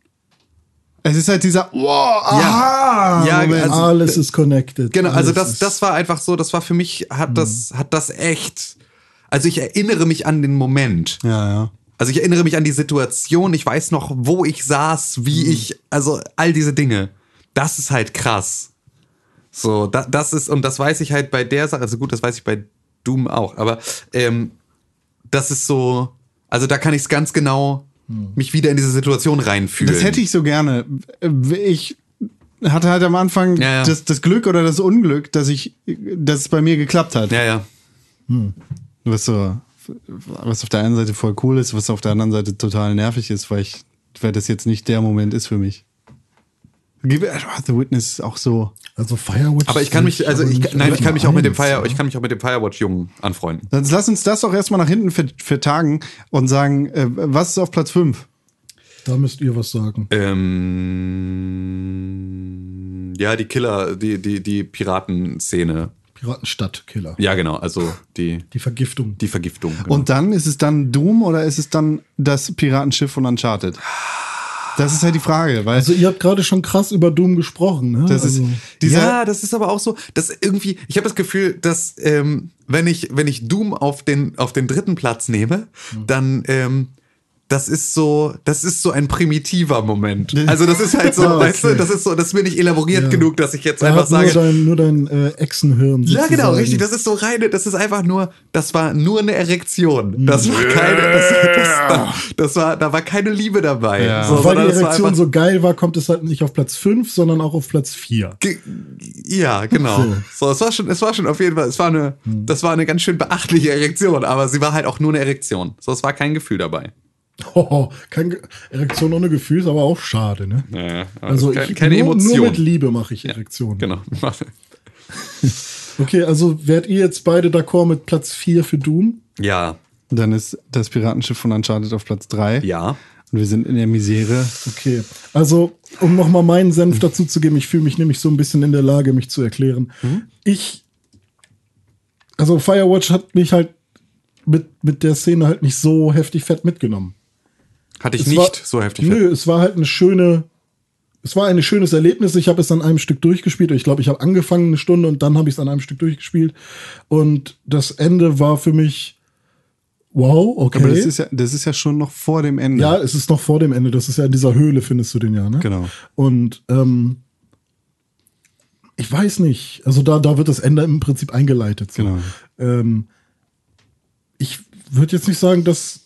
Es ist halt dieser. Wow, aha!
Ja,
Moment.
also-
Alles ist connected.
Genau, also
Alles
das,
ist- Mhm.
das war einfach so, das war für mich, hat das, hat das echt. Also ich erinnere mich an den Moment.
ja, ja.
Also ich erinnere mich an die Situation, ich weiß noch,
Mhm.
wo ich saß, wie ich, also all diese Dinge. Das ist halt krass. So, da, das ist, und das weiß ich halt bei der Sache, also gut, das weiß ich bei Doom auch, aber ähm, das ist so, also da kann ich es ganz genau
Mhm.
mich wieder in diese Situation reinfühlen.
Das hätte ich so gerne. Ich hatte halt am Anfang
Ja, ja.
Das, das Glück oder das Unglück, dass ich, dass es bei mir geklappt hat.
Ja, ja.
Was so, was auf der einen Seite voll cool ist, was auf der anderen Seite total nervig ist, weil ich, weil das jetzt nicht der Moment ist für mich. Gib- äh, The Witness ist auch so.
Also Firewatch.
Aber ich kann mich, also ich,
nicht
nein, ich kann mich auch mit dem
eins,
Fire,
oder?
ich kann mich auch mit dem Firewatch-Jungen anfreunden.
Dann lass uns das doch erstmal nach hinten ver- vertagen und sagen, äh, was ist auf Platz 5?
Da müsst ihr was sagen.
Äh. Ähm, ja, die Killer, die, die, die Piratenszene.
Piratenstadt, Killer.
Ja, genau, also die,
Die Vergiftung.
die Vergiftung. Genau.
Und dann ist es dann Doom oder ist es dann das Piratenschiff von Uncharted? Das ist halt die Frage, weil
also ihr habt gerade schon krass über Doom gesprochen, ne?
das ist
also,
dieser
ja, das ist aber auch so, dass irgendwie, ich habe das Gefühl, dass ähm, wenn ich wenn ich Doom auf den auf den dritten Platz nehme,
Mhm.
dann ähm, das ist so, das ist so ein primitiver Moment. Also das ist halt so,
Ah, okay.
weißt du, das ist so, das ist mir nicht elaboriert
Ja.
genug, dass ich jetzt
da hat
einfach
nur
sage,
dein, nur dein äh, Echsenhirn.
ja genau,
sozusagen.
richtig, das ist so reine, das ist einfach nur, das war nur eine Erektion. Das war keine, das, das, das war, da war keine Liebe dabei.
Ja.
So,
Weil
sondern
die
das war
Erektion
einfach-
so geil war, kommt es halt nicht auf Platz 5, sondern auch auf Platz 4.
Ge- Ja, genau. So, es war schon, es war schon auf jeden Fall, es war eine,
Hm.
das war eine ganz schön beachtliche Erektion, aber sie war halt auch nur eine Erektion. So, es war kein Gefühl dabei.
Oh, kein Ge Erektion ohne Gefühl ist aber auch schade, ne?
also
Also
keine,
ich,
keine
nur,
Emotion.
nur mit Liebe mache ich Erektionen.
genau.
Okay, also wärt ihr jetzt beide d'accord mit Platz 4 für Doom?
ja,
Dann ist das Piratenschiff von Uncharted auf Platz 3.
ja.
Und wir sind in der Misere.
Okay, also um nochmal meinen Senf dazu zu geben, ich fühle mich nämlich so ein bisschen in der Lage, mich zu erklären. Ich, also Firewatch hat mich halt mit, mit der Szene halt nicht so heftig fett mitgenommen.
Hatte ich
Es
nicht
war-
so heftig.
Nö, es war halt eine schöne, es war ein schönes Erlebnis. Ich habe es an einem Stück durchgespielt. Ich glaube, ich habe angefangen eine Stunde und dann habe ich es an einem Stück durchgespielt. Und das Ende war für mich, wow, okay.
Aber das ist, ja, das ist ja schon noch vor dem Ende.
Ja, es ist noch vor dem Ende. Das ist ja in dieser Höhle, findest du den ja, ne?
Genau.
Und ähm, ich weiß nicht. Also da, da wird das Ende im Prinzip eingeleitet. So.
Genau.
Ähm, ich würde jetzt nicht sagen, dass.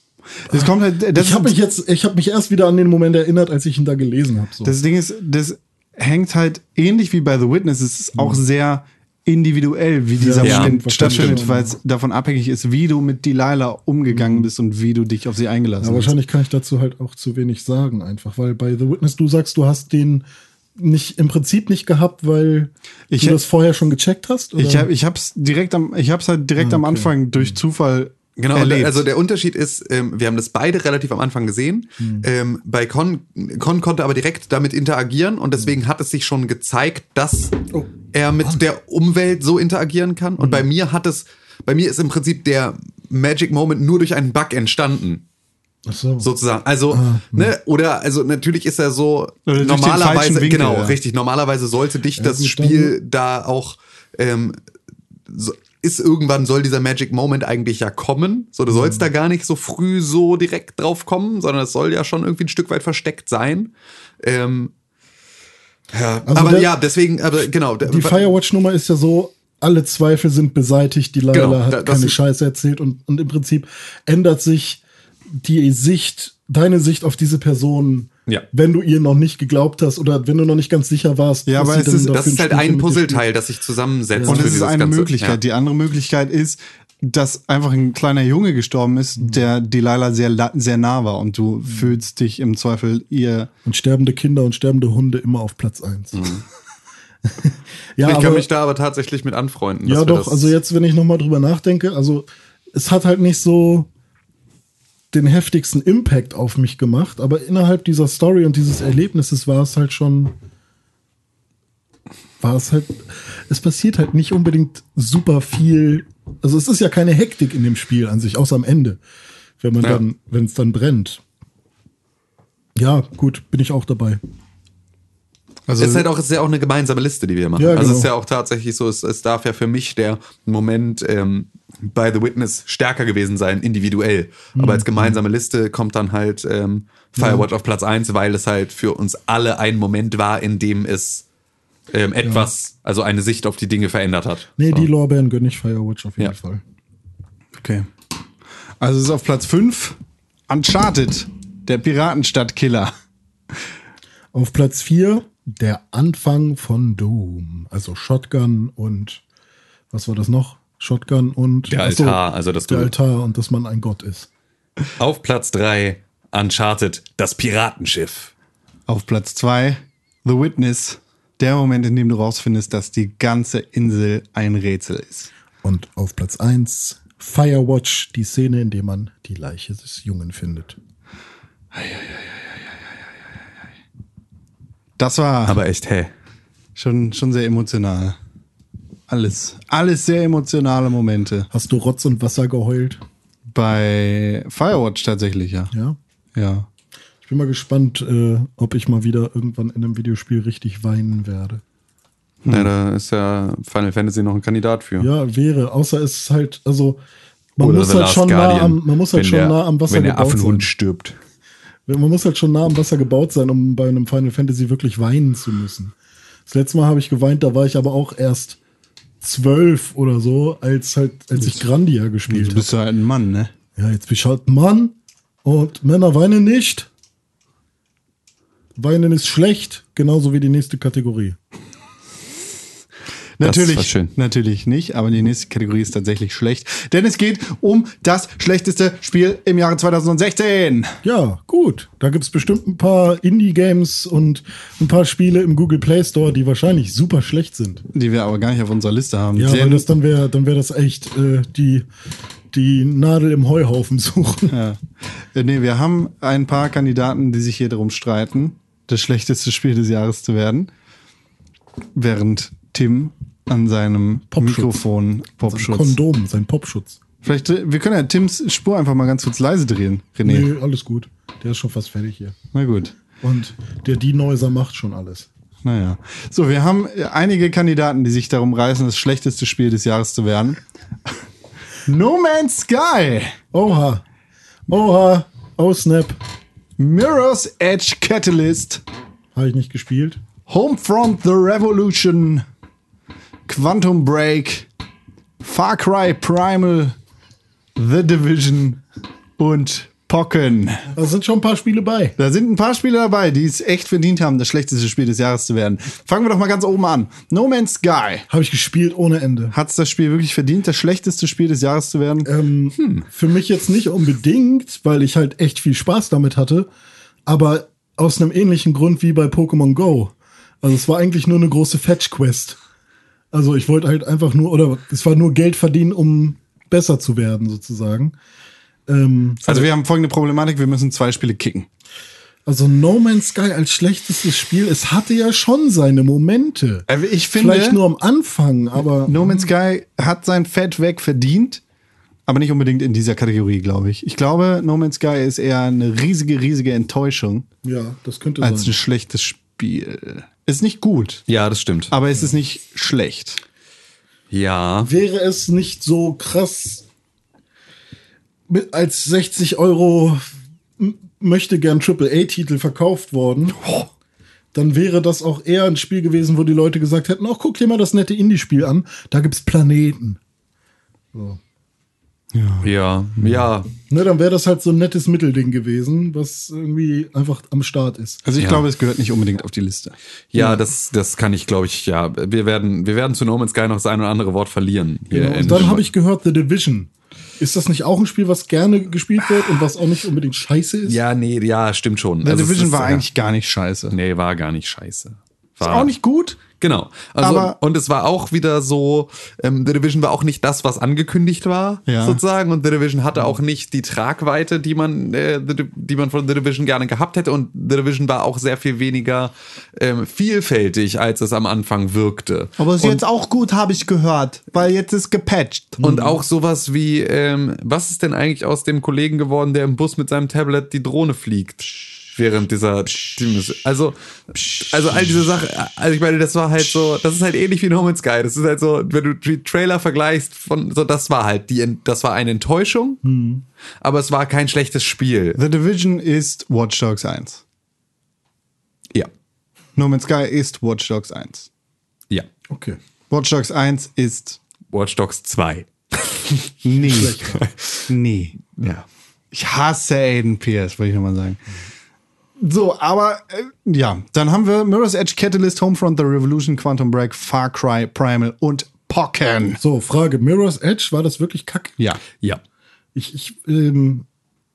Das kommt halt, das,
ich habe mich jetzt, ich habe mich erst wieder an den Moment erinnert, als ich ihn da gelesen habe. So.
das Ding ist, das hängt halt ähnlich wie bei The Witness. Es ist
Mhm.
auch sehr individuell, wie dieser
Ja,
Moment
stimmt,
stattfindet,
stimmt.
weil es davon abhängig ist, wie du mit Delilah umgegangen bist und wie du dich auf sie eingelassen
Mhm. Ja,
hast.
wahrscheinlich kann ich dazu halt auch zu wenig sagen, einfach, weil bei The Witness du sagst, du hast den nicht im Prinzip nicht gehabt, weil
Ich
du
hä-
das vorher schon gecheckt hast. Oder?
Ich habe ich hab's direkt am ich hab's halt
Ah,
direkt am Anfang
Mhm.
durch Zufall
Genau, und
erlebt.
also der Unterschied ist, ähm, wir haben das beide relativ am Anfang gesehen. Ähm, bei Con, Con konnte aber direkt damit interagieren und deswegen hat es sich schon gezeigt, dass er mit der Umwelt so interagieren kann. Und bei mir hat es, bei mir ist im Prinzip der Magic Moment nur durch einen Bug entstanden,
Ach so.
sozusagen. Also,
Ah, hm.
ne, oder, also natürlich ist er so,
Oder durch den falschen
normalerweise,
Winkel,
genau,
ja.
richtig, normalerweise sollte dich das
gut,
Spiel da auch, ähm, so, ist irgendwann soll dieser Magic Moment eigentlich ja kommen. So, du
Hm.
sollst da gar nicht so früh so direkt drauf kommen, sondern es soll ja schon irgendwie ein Stück weit versteckt sein. Ähm, ja,
Also
aber
der-
ja, deswegen, aber genau.
Die Firewatch-Nummer ist ja so, alle Zweifel sind beseitigt, die Laila
Genau,
hat
da- das
keine
ist-
Scheiße erzählt und, und im Prinzip ändert sich die Sicht, deine Sicht auf diese Person,
Ja.
wenn du ihr noch nicht geglaubt hast oder wenn du noch nicht ganz sicher warst.
Ja,
was
aber
sie
es
denn
ist-
da
das
für
ist halt
Spielchen
ein
mit dir
Puzzleteil, das sich zusammensetzt.
und
für
es ist
dieses
eine
ganze-
Möglichkeit.
Ja.
Die andere Möglichkeit ist, dass einfach ein kleiner Junge gestorben ist, der Delilah sehr la- sehr nah war und du fühlst dich im Zweifel ihr.
spielt. Und sterbende Kinder und sterbende Hunde immer auf Platz eins. ja,
Mhm. Ich
aber-
kann mich da aber tatsächlich mit anfreunden. dass
Ja,
wir
doch,
das-
also jetzt, wenn ich nochmal drüber nachdenke, also es hat halt nicht so den heftigsten Impact auf mich gemacht, aber innerhalb dieser Story und dieses Erlebnisses war es halt schon. War es halt. Es passiert halt nicht unbedingt super viel. Also es ist ja keine Hektik in dem Spiel an sich, außer am Ende. Wenn man
Ja.
dann, wenn es dann brennt. Ja, gut, bin ich auch dabei.
Also
es ist halt auch, es ist ja auch eine gemeinsame Liste, die wir machen.
Ja,
Also es
genau.
ist ja auch tatsächlich so, es, es darf ja für mich der Moment ähm, bei The Witness stärker gewesen sein, individuell.
Mhm.
Aber als gemeinsame Liste kommt dann halt ähm, Firewatch auf Platz 1, weil es halt für uns alle ein Moment war, in dem es ähm, etwas, also eine Sicht auf die Dinge verändert hat.
Nee, die Lorbeeren gönne ich Firewatch auf jeden
Ja.
Fall.
Okay. Also es ist auf Platz 5 Uncharted, der Piratenstadtkiller.
Auf Platz 4 der Anfang von Doom. Also Shotgun und was war das noch? Shotgun und
Der
Achso,
Altar, also dass
der
du
Altar und dass man ein Gott ist.
auf Platz 3 Uncharted, das Piratenschiff.
Auf Platz 2 The Witness, der Moment, in dem du rausfindest, dass die ganze Insel ein Rätsel ist.
Und auf Platz 1 Firewatch, die Szene, in der man die Leiche des Jungen findet.
Das war
Aber echt, hä?
schon, schon sehr emotional. Alles, alles sehr emotionale Momente.
Hast du Rotz und Wasser geheult?
Bei Firewatch tatsächlich, ja.
Ja.
Ja.
Ich bin mal gespannt, äh, ob ich mal wieder irgendwann in einem Videospiel richtig weinen werde.
Ja, da ist ja Final Fantasy noch ein Kandidat für.
Ja, wäre. Außer es ist halt, also man
Oder
muss
The
halt,
Last
schon nah,
Guardian,
am, man muss halt
wenn
schon
der-
nah am Wasser
Wenn der
gebaut
Affenhund
sein.
stirbt.
Man muss halt schon nah am Wasser gebaut sein, um bei einem Final Fantasy wirklich weinen zu müssen. Das letzte Mal habe ich geweint, da war ich aber auch erst zwölf oder so, als halt, als ich Grandia
Du
gespielt habe.
bist ja halt ein Mann, ne?
Ja, jetzt bin ich halt ein Mann und Männer weinen nicht. Weinen ist schlecht, genauso wie die nächste Kategorie.
Das
Natürlich,
war schön.
natürlich nicht, aber die nächste Kategorie ist tatsächlich schlecht, denn es geht um das schlechteste Spiel im Jahre 2016.
Ja, gut. Da gibt's bestimmt ein paar Indie-Games und ein paar Spiele im Google Play Store, die wahrscheinlich super schlecht sind.
Die wir aber gar nicht auf unserer Liste haben.
Ja, weil
denn,
das dann wäre dann wär das echt äh, die, die Nadel im Heuhaufen suchen.
ja. Äh, Nee, wir haben ein paar Kandidaten, die sich hier darum streiten, das schlechteste Spiel des Jahres zu werden. Während Tim an seinem
Popschutz.
Mikrofon Popschutz.
Kondom, sein Popschutz.
Vielleicht, äh, wir können ja Tims Spur einfach mal ganz kurz leise drehen, René.
Nee, alles gut. Der ist schon fast fertig hier.
Na gut.
Und der D-Noiser macht schon alles.
Naja. So, wir haben äh, einige Kandidaten, die sich darum reißen, das schlechteste Spiel des Jahres zu werden. no Man's Sky,
Oha. Oha. Oh, Snap.
Mirror's Edge Catalyst,
Habe ich nicht gespielt.
Homefront The Revolution, Quantum Break, Far Cry Primal, The Division und Pocken.
Da Also sind schon ein paar Spiele bei.
Da sind ein paar Spiele dabei, die es echt verdient haben, das schlechteste Spiel des Jahres zu werden. Fangen wir doch mal ganz oben an. No Man's Sky.
Habe ich gespielt ohne Ende.
Hat es das Spiel wirklich verdient, das schlechteste Spiel des Jahres zu werden?
Ähm, Für mich jetzt nicht unbedingt, weil ich halt echt viel Spaß damit hatte, aber aus einem ähnlichen Grund wie bei Pokémon Go. Also es war eigentlich nur eine große Fetch-Quest. Also ich wollte halt einfach nur, oder es war nur Geld verdienen, um besser zu werden, sozusagen. Ähm,
Also wir haben folgende Problematik, wir müssen zwei Spiele kicken.
also No Man's Sky als schlechtestes Spiel, es hatte ja schon seine Momente.
Also ich finde,
Vielleicht nur am Anfang, aber
No Man's Sky hat sein Fett weg verdient, aber nicht unbedingt in dieser Kategorie, glaube ich. Ich glaube, No Man's Sky ist eher eine riesige, riesige Enttäuschung
ja, das könnte
als ein
sein.
schlechtes Spiel. Ist nicht gut,
Ja, das stimmt.
aber es ist nicht schlecht.
Ja.
wäre es nicht so krass mit, als 60 Euro m- möchte gern AAA-Titel verkauft worden,
Oh.
dann wäre das auch eher ein Spiel gewesen, wo die Leute gesagt hätten, ach, guck dir mal das nette Indie-Spiel an, da gibt's Planeten.
Ja, ja.
Ne, dann wäre das halt so ein nettes Mittelding gewesen, was irgendwie einfach am Start ist.
Also ich
Ja.
glaube, es gehört nicht unbedingt auf die Liste.
Ja, das, das kann ich, glaube ich, ja. Wir werden, wir werden zu No Man's Sky noch das ein oder andere Wort verlieren. hier
Genau.
in-
Und dann habe ich gehört, The Division. Ist das nicht auch ein Spiel, was gerne gespielt wird und was auch nicht unbedingt scheiße ist?
Ja, nee, ja, stimmt schon.
The
Also es
Division
ist,
war
ja,
eigentlich gar nicht scheiße.
Nee, war gar nicht scheiße. War
Auch nicht gut.
Genau. Also,
Aber-
und es war auch wieder so, ähm, The Division war auch nicht das, was angekündigt war,
Ja.
sozusagen. Und The Division hatte auch nicht die Tragweite, die man, äh, The Di- die man von The Division gerne gehabt hätte. Und The Division war auch sehr viel weniger ähm, vielfältig, als es am Anfang wirkte. und,
auch gut, habe ich gehört, weil jetzt ist gepatcht. Mhm.
und auch sowas wie, ähm, was ist denn eigentlich aus dem Kollegen geworden, der im Bus mit seinem Tablet die Drohne fliegt? Während dieser also also all diese Sachen, also ich meine, das war halt so, das ist halt ähnlich wie No Man's Sky. Das ist halt so, wenn du die Trailer vergleichst von so, das war halt die, Ent- das war eine Enttäuschung,
Mhm.
aber es war kein schlechtes Spiel.
The Division ist Watch Dogs 1.
Ja,
No Man's Sky ist Watch Dogs 1.
Okay.
Watch Dogs 1 ist
Watch Dogs 2.
nie. nie. Ja. Ich hasse Aiden Pierce, wollte ich nochmal sagen. So, aber äh, ja, dann haben wir Mirror's Edge, Catalyst, Homefront, The Revolution, Quantum Break, Far Cry, Primal und Pokken.
So, Frage: Mirror's Edge, war das wirklich kacke?
Ja.
Ja.
Ich, ich, ähm,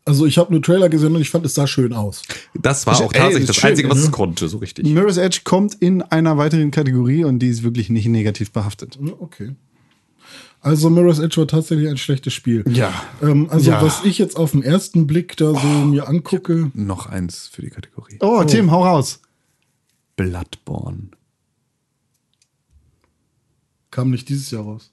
also ich habe nur Trailer gesehen und ich fand, es sah schön aus.
Das war
Ey,
auch tatsächlich das
schön, Mhm.
Einzige, was
ne?
es konnte, so richtig.
Mirror's Edge kommt in einer weiteren Kategorie und die ist wirklich nicht negativ behaftet.
Okay. Also Mirror's Edge war tatsächlich ein schlechtes Spiel.
Ja.
Ähm, also
Ja.
was ich jetzt auf den ersten Blick da so mir angucke,
Noch eins für die Kategorie.
Oh, Tim, hau raus.
Bloodborne.
kam nicht dieses Jahr raus.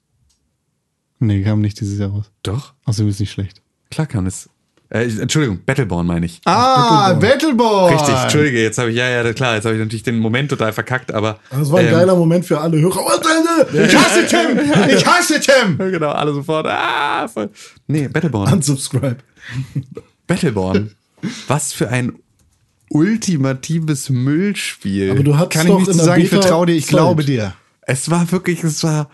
Nee, kam nicht dieses Jahr raus.
Doch,
Außerdem ist nicht schlecht.
klar kann es. Äh, ich- Entschuldigung, Battleborn meine ich.
Ah, Battleborn.
Richtig, oh, entschuldige, jetzt habe ich, ja, ja, klar, jetzt habe ich natürlich den Moment total verkackt, aber.
Das war ein
ähm,
geiler Moment für alle Hörer. Oh, Alter!
Ich hasse Tim. Ich hasse Tim.
Genau, alle sofort. Ah, voll. Nee, Battleborn.
Unsubscribe.
Battleborn. Was für ein ultimatives Müllspiel.
Aber du hast
Kann ich
doch
nicht
in
zu
der
sagen, ich
Beta
vertraue dir, ich
Zeit.
glaube dir.
es war wirklich, es war,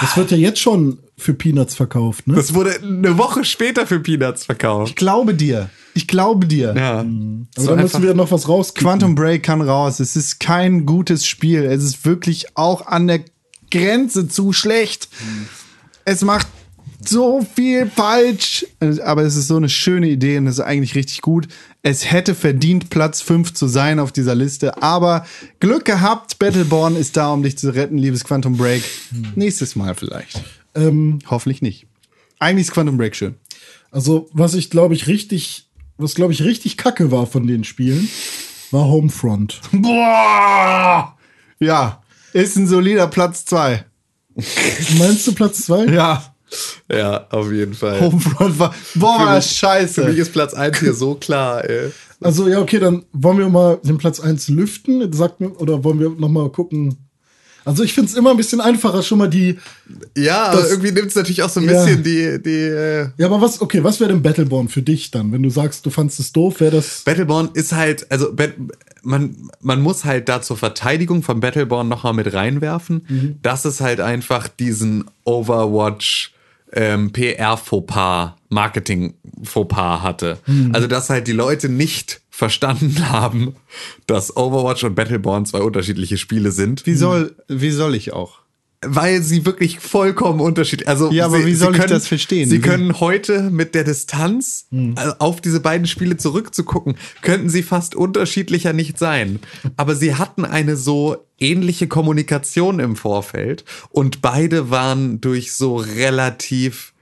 Das wird ja jetzt schon für Peanuts verkauft, ne?
das wurde eine Woche später für Peanuts verkauft.
Ich glaube dir. Ich glaube dir.
Ja.
Aber da müssen wir noch was rauskriegen.
Quantum Break kann raus. Es ist kein gutes Spiel. Es ist wirklich auch an der Grenze zu schlecht. Es macht so viel falsch. Aber es ist so eine schöne Idee und es ist eigentlich richtig gut. Es hätte verdient, Platz 5 zu sein auf dieser Liste. Aber Glück gehabt, Battleborn ist da, um dich zu retten, liebes Quantum Break. Nächstes Mal vielleicht.
Ähm,
Hoffentlich nicht. Eigentlich ist Quantum Break schön.
also, was ich glaube ich richtig, was glaube ich richtig kacke war von den Spielen, war Homefront.
Boah! Ja, ist ein solider Platz 2.
Meinst du Platz zwei?
Ja.
Ja, auf jeden Fall.
Oh,
Homefront war. Boah, war das
Für mich
äh.
scheiße.
ist Platz 1 hier so klar, ey.
Also, ja, okay, dann wollen wir mal den Platz eins lüften, sagt mir, oder wollen wir nochmal gucken. Also, ich finde es immer ein bisschen einfacher, schon mal die.
Ja, aber
Das-
irgendwie nimmt es natürlich auch so ein
Ja.
bisschen die, die, äh,
Ja, aber was, okay, was wäre denn Battleborn für dich dann? Wenn du sagst, du fandst es doof, wäre das.
Battleborn ist halt, also Bat- man, man muss halt da zur Verteidigung von Battleborn nochmal mit reinwerfen, dass es halt einfach diesen Overwatch ähm, PR-Fauxpas, Marketing-Fauxpas hatte. Also, dass halt die Leute nicht verstanden haben, dass Overwatch und Battleborn zwei unterschiedliche Spiele sind.
Wie soll, wie soll ich auch?
weil sie wirklich vollkommen unterschiedlich. Also
Ja, aber
sie,
wie
sie
soll ich
können,
das verstehen? Hm.
Sie
Wie-
können heute mit der Distanz also auf diese beiden Spiele zurückzugucken, könnten sie fast unterschiedlicher nicht sein. Aber sie hatten eine so ähnliche Kommunikation im Vorfeld und beide waren durch so relativ äh,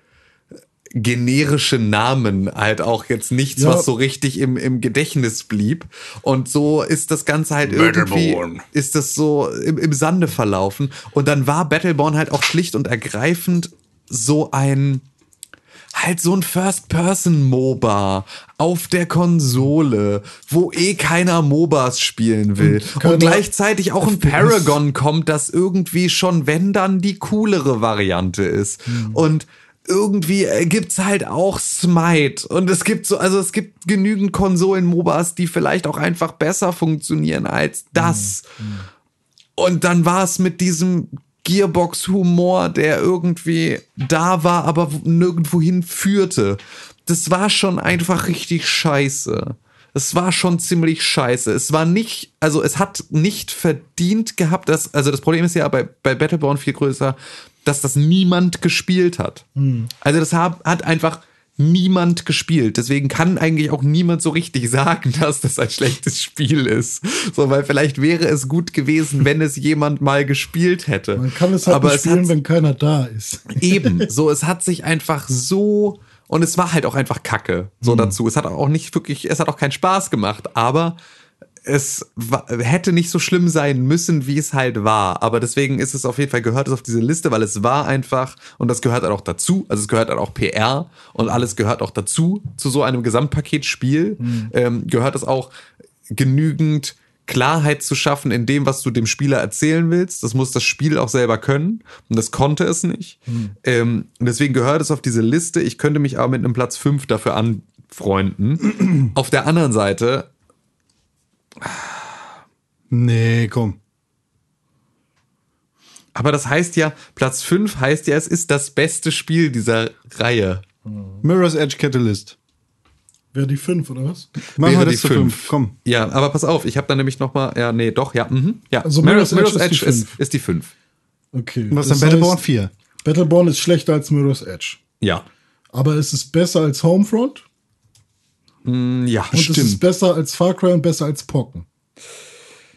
generische Namen halt auch jetzt nichts,
Ja.
was so richtig im, im Gedächtnis blieb. Und so ist das Ganze halt irgendwie, ist das so im, im Sande verlaufen. Und dann war Battleborn halt auch schlicht und ergreifend so ein, halt so ein First-Person-MOBA auf der Konsole, wo eh keiner MOBAs spielen will. Und,
keiner
gleichzeitig auch ein Paragon kommt, das irgendwie schon, wenn dann, die coolere Variante ist. Und irgendwie äh, gibt's halt auch Smite und es gibt so also es gibt genügend Konsolen MOBAs, die vielleicht auch einfach besser funktionieren als das. Und dann war es mit diesem Gearbox-Humor, der irgendwie da war, aber w- nirgendwo hinführte. Das war schon einfach richtig scheiße. Es war schon ziemlich scheiße. Es war nicht, also es hat nicht verdient gehabt, dass, also das Problem ist ja bei, bei Battleborn viel größer, dass das niemand gespielt hat. Also das hab, hat einfach niemand gespielt. Deswegen kann eigentlich auch niemand so richtig sagen, dass das ein schlechtes Spiel ist. So, weil vielleicht wäre es gut gewesen, wenn es jemand mal gespielt hätte.
Man kann es halt
Aber
nicht
es hat
spielen, wenn keiner da ist.
Eben, so, es hat sich einfach so und es war halt auch einfach Kacke so dazu. Es hat auch nicht wirklich, es hat auch keinen Spaß gemacht, aber es wa- hätte nicht so schlimm sein müssen, wie es halt war. Aber deswegen ist es auf jeden Fall gehört es auf diese Liste, weil es war einfach und das gehört halt auch dazu. Also es gehört halt auch PR und alles gehört auch dazu zu so einem Gesamtpaket Spiel. Ähm, gehört es auch genügend Klarheit zu schaffen in dem, was du dem Spieler erzählen willst. Das muss das Spiel auch selber können. Und das konnte es nicht.
Hm.
Ähm, und deswegen gehört es auf diese Liste. Ich könnte mich aber mit einem Platz 5 dafür anfreunden. auf der anderen Seite,
Nee, komm.
Aber das heißt ja, Platz 5 heißt ja, es ist das beste Spiel dieser Reihe.
Mirror's Edge Catalyst.
Wäre die 5 oder was?
Machen
Wäre
wir
die
das zu
fünf.
5. Komm.
Ja, aber pass auf, ich habe da nämlich noch mal, ja, nee, doch, ja, mhm, ja.
Also
Mirror's,
Mirror's
Mirror's Edge,
Edge ist die
ist,
fünf.
ist die 5.
Okay.
Was
das
ist denn Battleborn
heißt,
4?
Battleborn ist schlechter als Mirror's Edge.
Ja.
Aber es ist besser als Homefront
Ja,
und es ist
stimmt.
besser als Far Cry und besser als Pocken.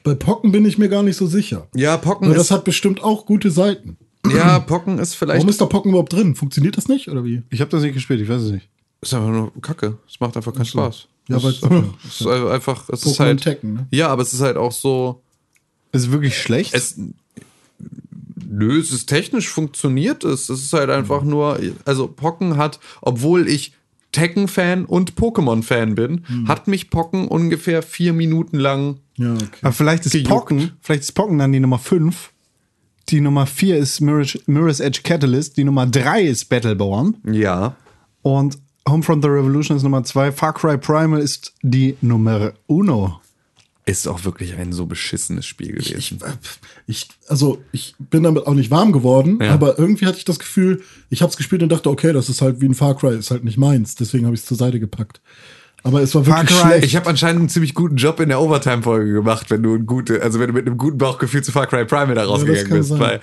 Bei Pocken bin ich mir gar nicht so sicher.
Ja, Pocken
Weil das
ist,
hat bestimmt auch gute Seiten.
ja, Pocken ist vielleicht
Warum ist da Pocken überhaupt drin? Funktioniert das nicht oder wie?
Ich habe das nicht gespielt, ich weiß es nicht.
ist einfach nur Kacke. Es macht einfach keinen Spaß.
Ja,
es
weil-
ist einfach, es ist einfach, es ist
Pokémon
halt,
Tekken, ne?
ja, aber es ist halt auch so,
Ist wirklich schlecht?
es, nö, es ist technisch funktioniert es. Es ist halt
Mhm.
einfach nur, also Pocken hat, obwohl ich Tekken-Fan und Pokémon-Fan bin,
Mhm.
hat mich Pocken ungefähr vier Minuten lang
Ja, okay.
Aber vielleicht ist
gejuckt.
Pocken, vielleicht ist Pocken dann die Nummer 5. Die Nummer 4 ist Mirror's, Mirror's Edge Catalyst. Die Nummer 3 ist Battleborn.
Ja.
Und Homefront The Revolution ist Nummer 2. Far Cry Primal ist die Nummer 1.
Ist auch wirklich ein so beschissenes Spiel gewesen.
Ich, ich, also ich bin damit auch nicht warm geworden,
Ja.
aber irgendwie hatte ich das Gefühl, ich habe es gespielt und dachte, okay, das ist halt wie ein Far Cry, ist halt nicht meins. Deswegen habe ich es zur Seite gepackt. Aber es war
Far
wirklich
Cry-
schlecht.
ich habe anscheinend einen ziemlich guten Job in der Overtime-Folge gemacht, wenn du ein gute, also wenn du mit einem guten Bauchgefühl zu Far Cry Primal da rausgegangen
kann
bist.
sein.
Weil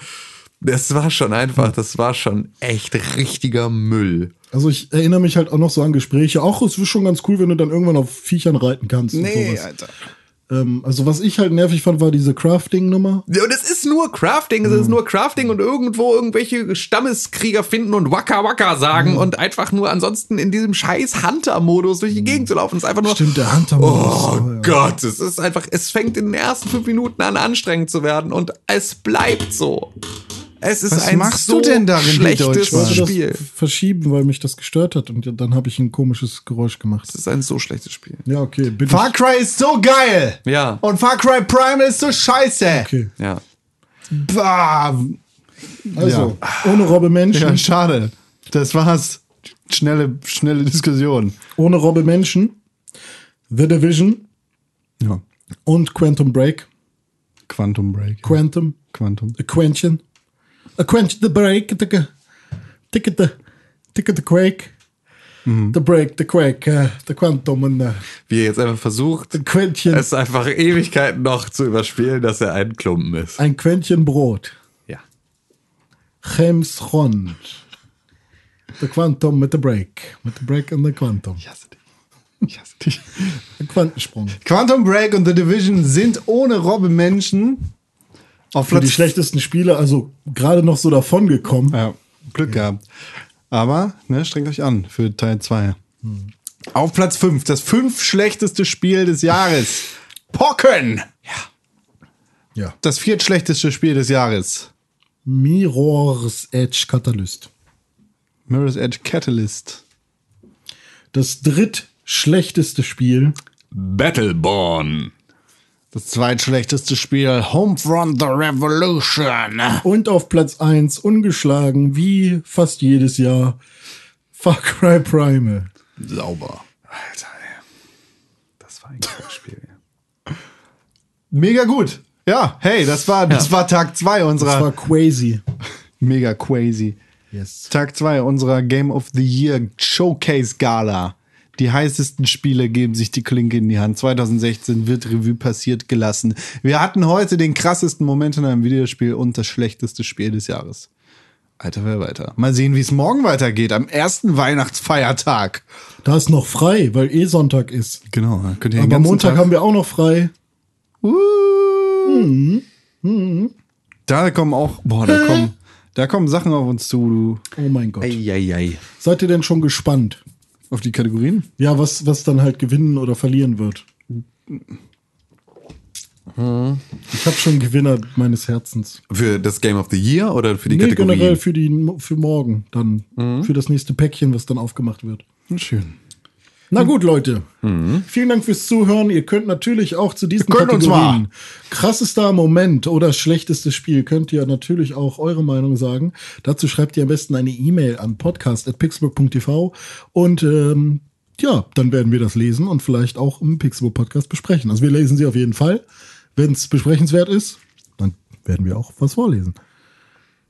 das war schon einfach, das war schon echt richtiger Müll.
Also ich erinnere mich halt auch noch so an Gespräche. Auch es ist schon ganz cool, wenn du dann irgendwann auf Viechern reiten kannst. und sowas.
Alter.
Ähm, also was ich halt nervig fand, war diese Crafting-Nummer.
Ja, Und es ist nur Crafting, es ist
Hm.
nur Crafting und irgendwo irgendwelche Stammeskrieger finden und Waka Waka
Hm.
sagen und einfach nur ansonsten in diesem scheiß Hunter-Modus durch die Gegend zu laufen. Ist einfach nur.
Hm. Stimmt, der Hunter.
Oh Gott, es ist einfach, es fängt in den ersten fünf Minuten an anstrengend zu werden und es bleibt so. Es ist
Was
ein
machst
so
du denn darin, wie
schlechtes
Deutsch warst?
Ich wollte
Spiel.
das verschieben, weil mich das gestört hat und dann habe ich ein komisches Geräusch gemacht.
Es ist ein so schlechtes Spiel.
Ja, okay. Bin
Far Cry ist so geil.
Ja.
Und Far Cry Primal ist so scheiße.
ich, okay.
Ja.
Bah.
Also, ohne Robbe Menschen.
Ja, schade. Das war's. Schnelle, schnelle Diskussion.
Ohne Robbe Menschen. The Division
Ja.
und Quantum Break.
Quantum Break.
Quantum.
Quantum.
A Quenchen. A Quench the Break. Ticke. Ticke the. Ticke the Quake.
Mhm.
The Break, the Quake, äh, the Quantum und äh,
Wie er jetzt einfach versucht,
the Quäntchen.
es einfach Ewigkeiten noch zu überspielen, dass er ein Klumpen ist.
ein Quäntchen Brot.
Ja.
James Ron. The Quantum mit the Break. Mit the Break und the Quantum.
Ich hasse dich. Ich hasse dich.
Ein Quantensprung.
Quantum Break und The Division sind ohne Robbe Menschen auf
Für die
Platz.
schlechtesten Spieler, also gerade noch so davon gekommen.
Ja, Glück gehabt. Aber, ne, strengt euch an für Teil 2. Hm. Auf Platz 5, das fünf schlechteste Spiel des Jahres. Pocken!
Ja.
Das viertschlechteste Spiel des Jahres.
Mirror's Edge Catalyst.
Mirror's Edge Catalyst.
Das drittschlechteste Spiel.
Battleborn.
Das zweitschlechteste Spiel Homefront The Revolution.
Und auf Platz 1 ungeschlagen, wie fast jedes Jahr, Far Cry Primal.
Sauber.
Alter, ey. Das war ein gutes Spiel. ja.
Mega gut. Ja, hey, das war, das war Tag 2
Das
unserer
war crazy.
mega crazy.
Yes.
Tag 2 unserer Game of the Year Showcase Gala. Die heißesten Spiele geben sich die Klinke in die Hand. 2016 wird Revue passiert gelassen. Wir hatten heute den krassesten Moment in einem Videospiel und das schlechteste Spiel des Jahres. Alter, wer weiter? Mal sehen, wie es morgen weitergeht, am ersten Weihnachtsfeiertag.
Da ist noch frei, weil eh Sonntag ist.
Genau, dann könnt ihr den
Aber
ganzen
Montag
Tag-
haben wir auch noch frei.
Da kommen auch, boah, da kommen, da kommen Sachen auf uns zu, du.
Oh mein Gott.
Eieiei.
Seid ihr denn schon gespannt?
Auf die Kategorien?
Ja, was, was dann halt gewinnen oder verlieren wird.
Hm.
Ich habe schon einen Gewinner meines Herzens.
Für das Game of the Year oder für die
Nee,
Kategorie?
generell für, die, für morgen dann. Für das nächste Päckchen, was dann aufgemacht wird.
Schön.
Na gut, Leute. Vielen Dank fürs Zuhören. Ihr könnt natürlich auch zu diesen
Ihr könnt uns
Kategorien krassester Moment oder schlechtestes Spiel könnt ihr natürlich auch eure Meinung sagen. Dazu schreibt ihr am besten eine E-Mail an podcast.pixelbook.tv und ähm, ja, dann werden wir das lesen und vielleicht auch im Pixelbook Podcast besprechen. Also wir lesen sie auf jeden Fall. Wenn es besprechenswert ist, dann werden wir auch was vorlesen.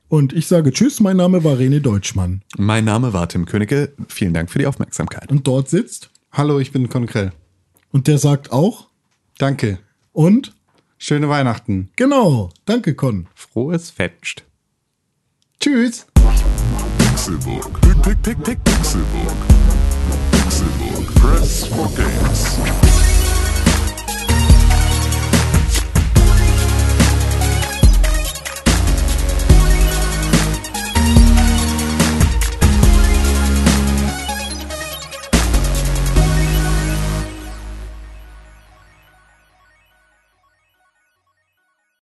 Und ich sage Tschüss, mein Name war René Deutschmann.
Mein Name war Tim Königke. Vielen Dank für die Aufmerksamkeit.
Und dort sitzt
Hallo, ich bin Konkrell.
und der sagt auch
Danke.
und
Schöne Weihnachten.
genau, danke Con.
Frohes Fetcht.
Tschüss.
Pixelbook. Pick, pick, pick, pick, Pixelbook. Pixelbook. Press for games.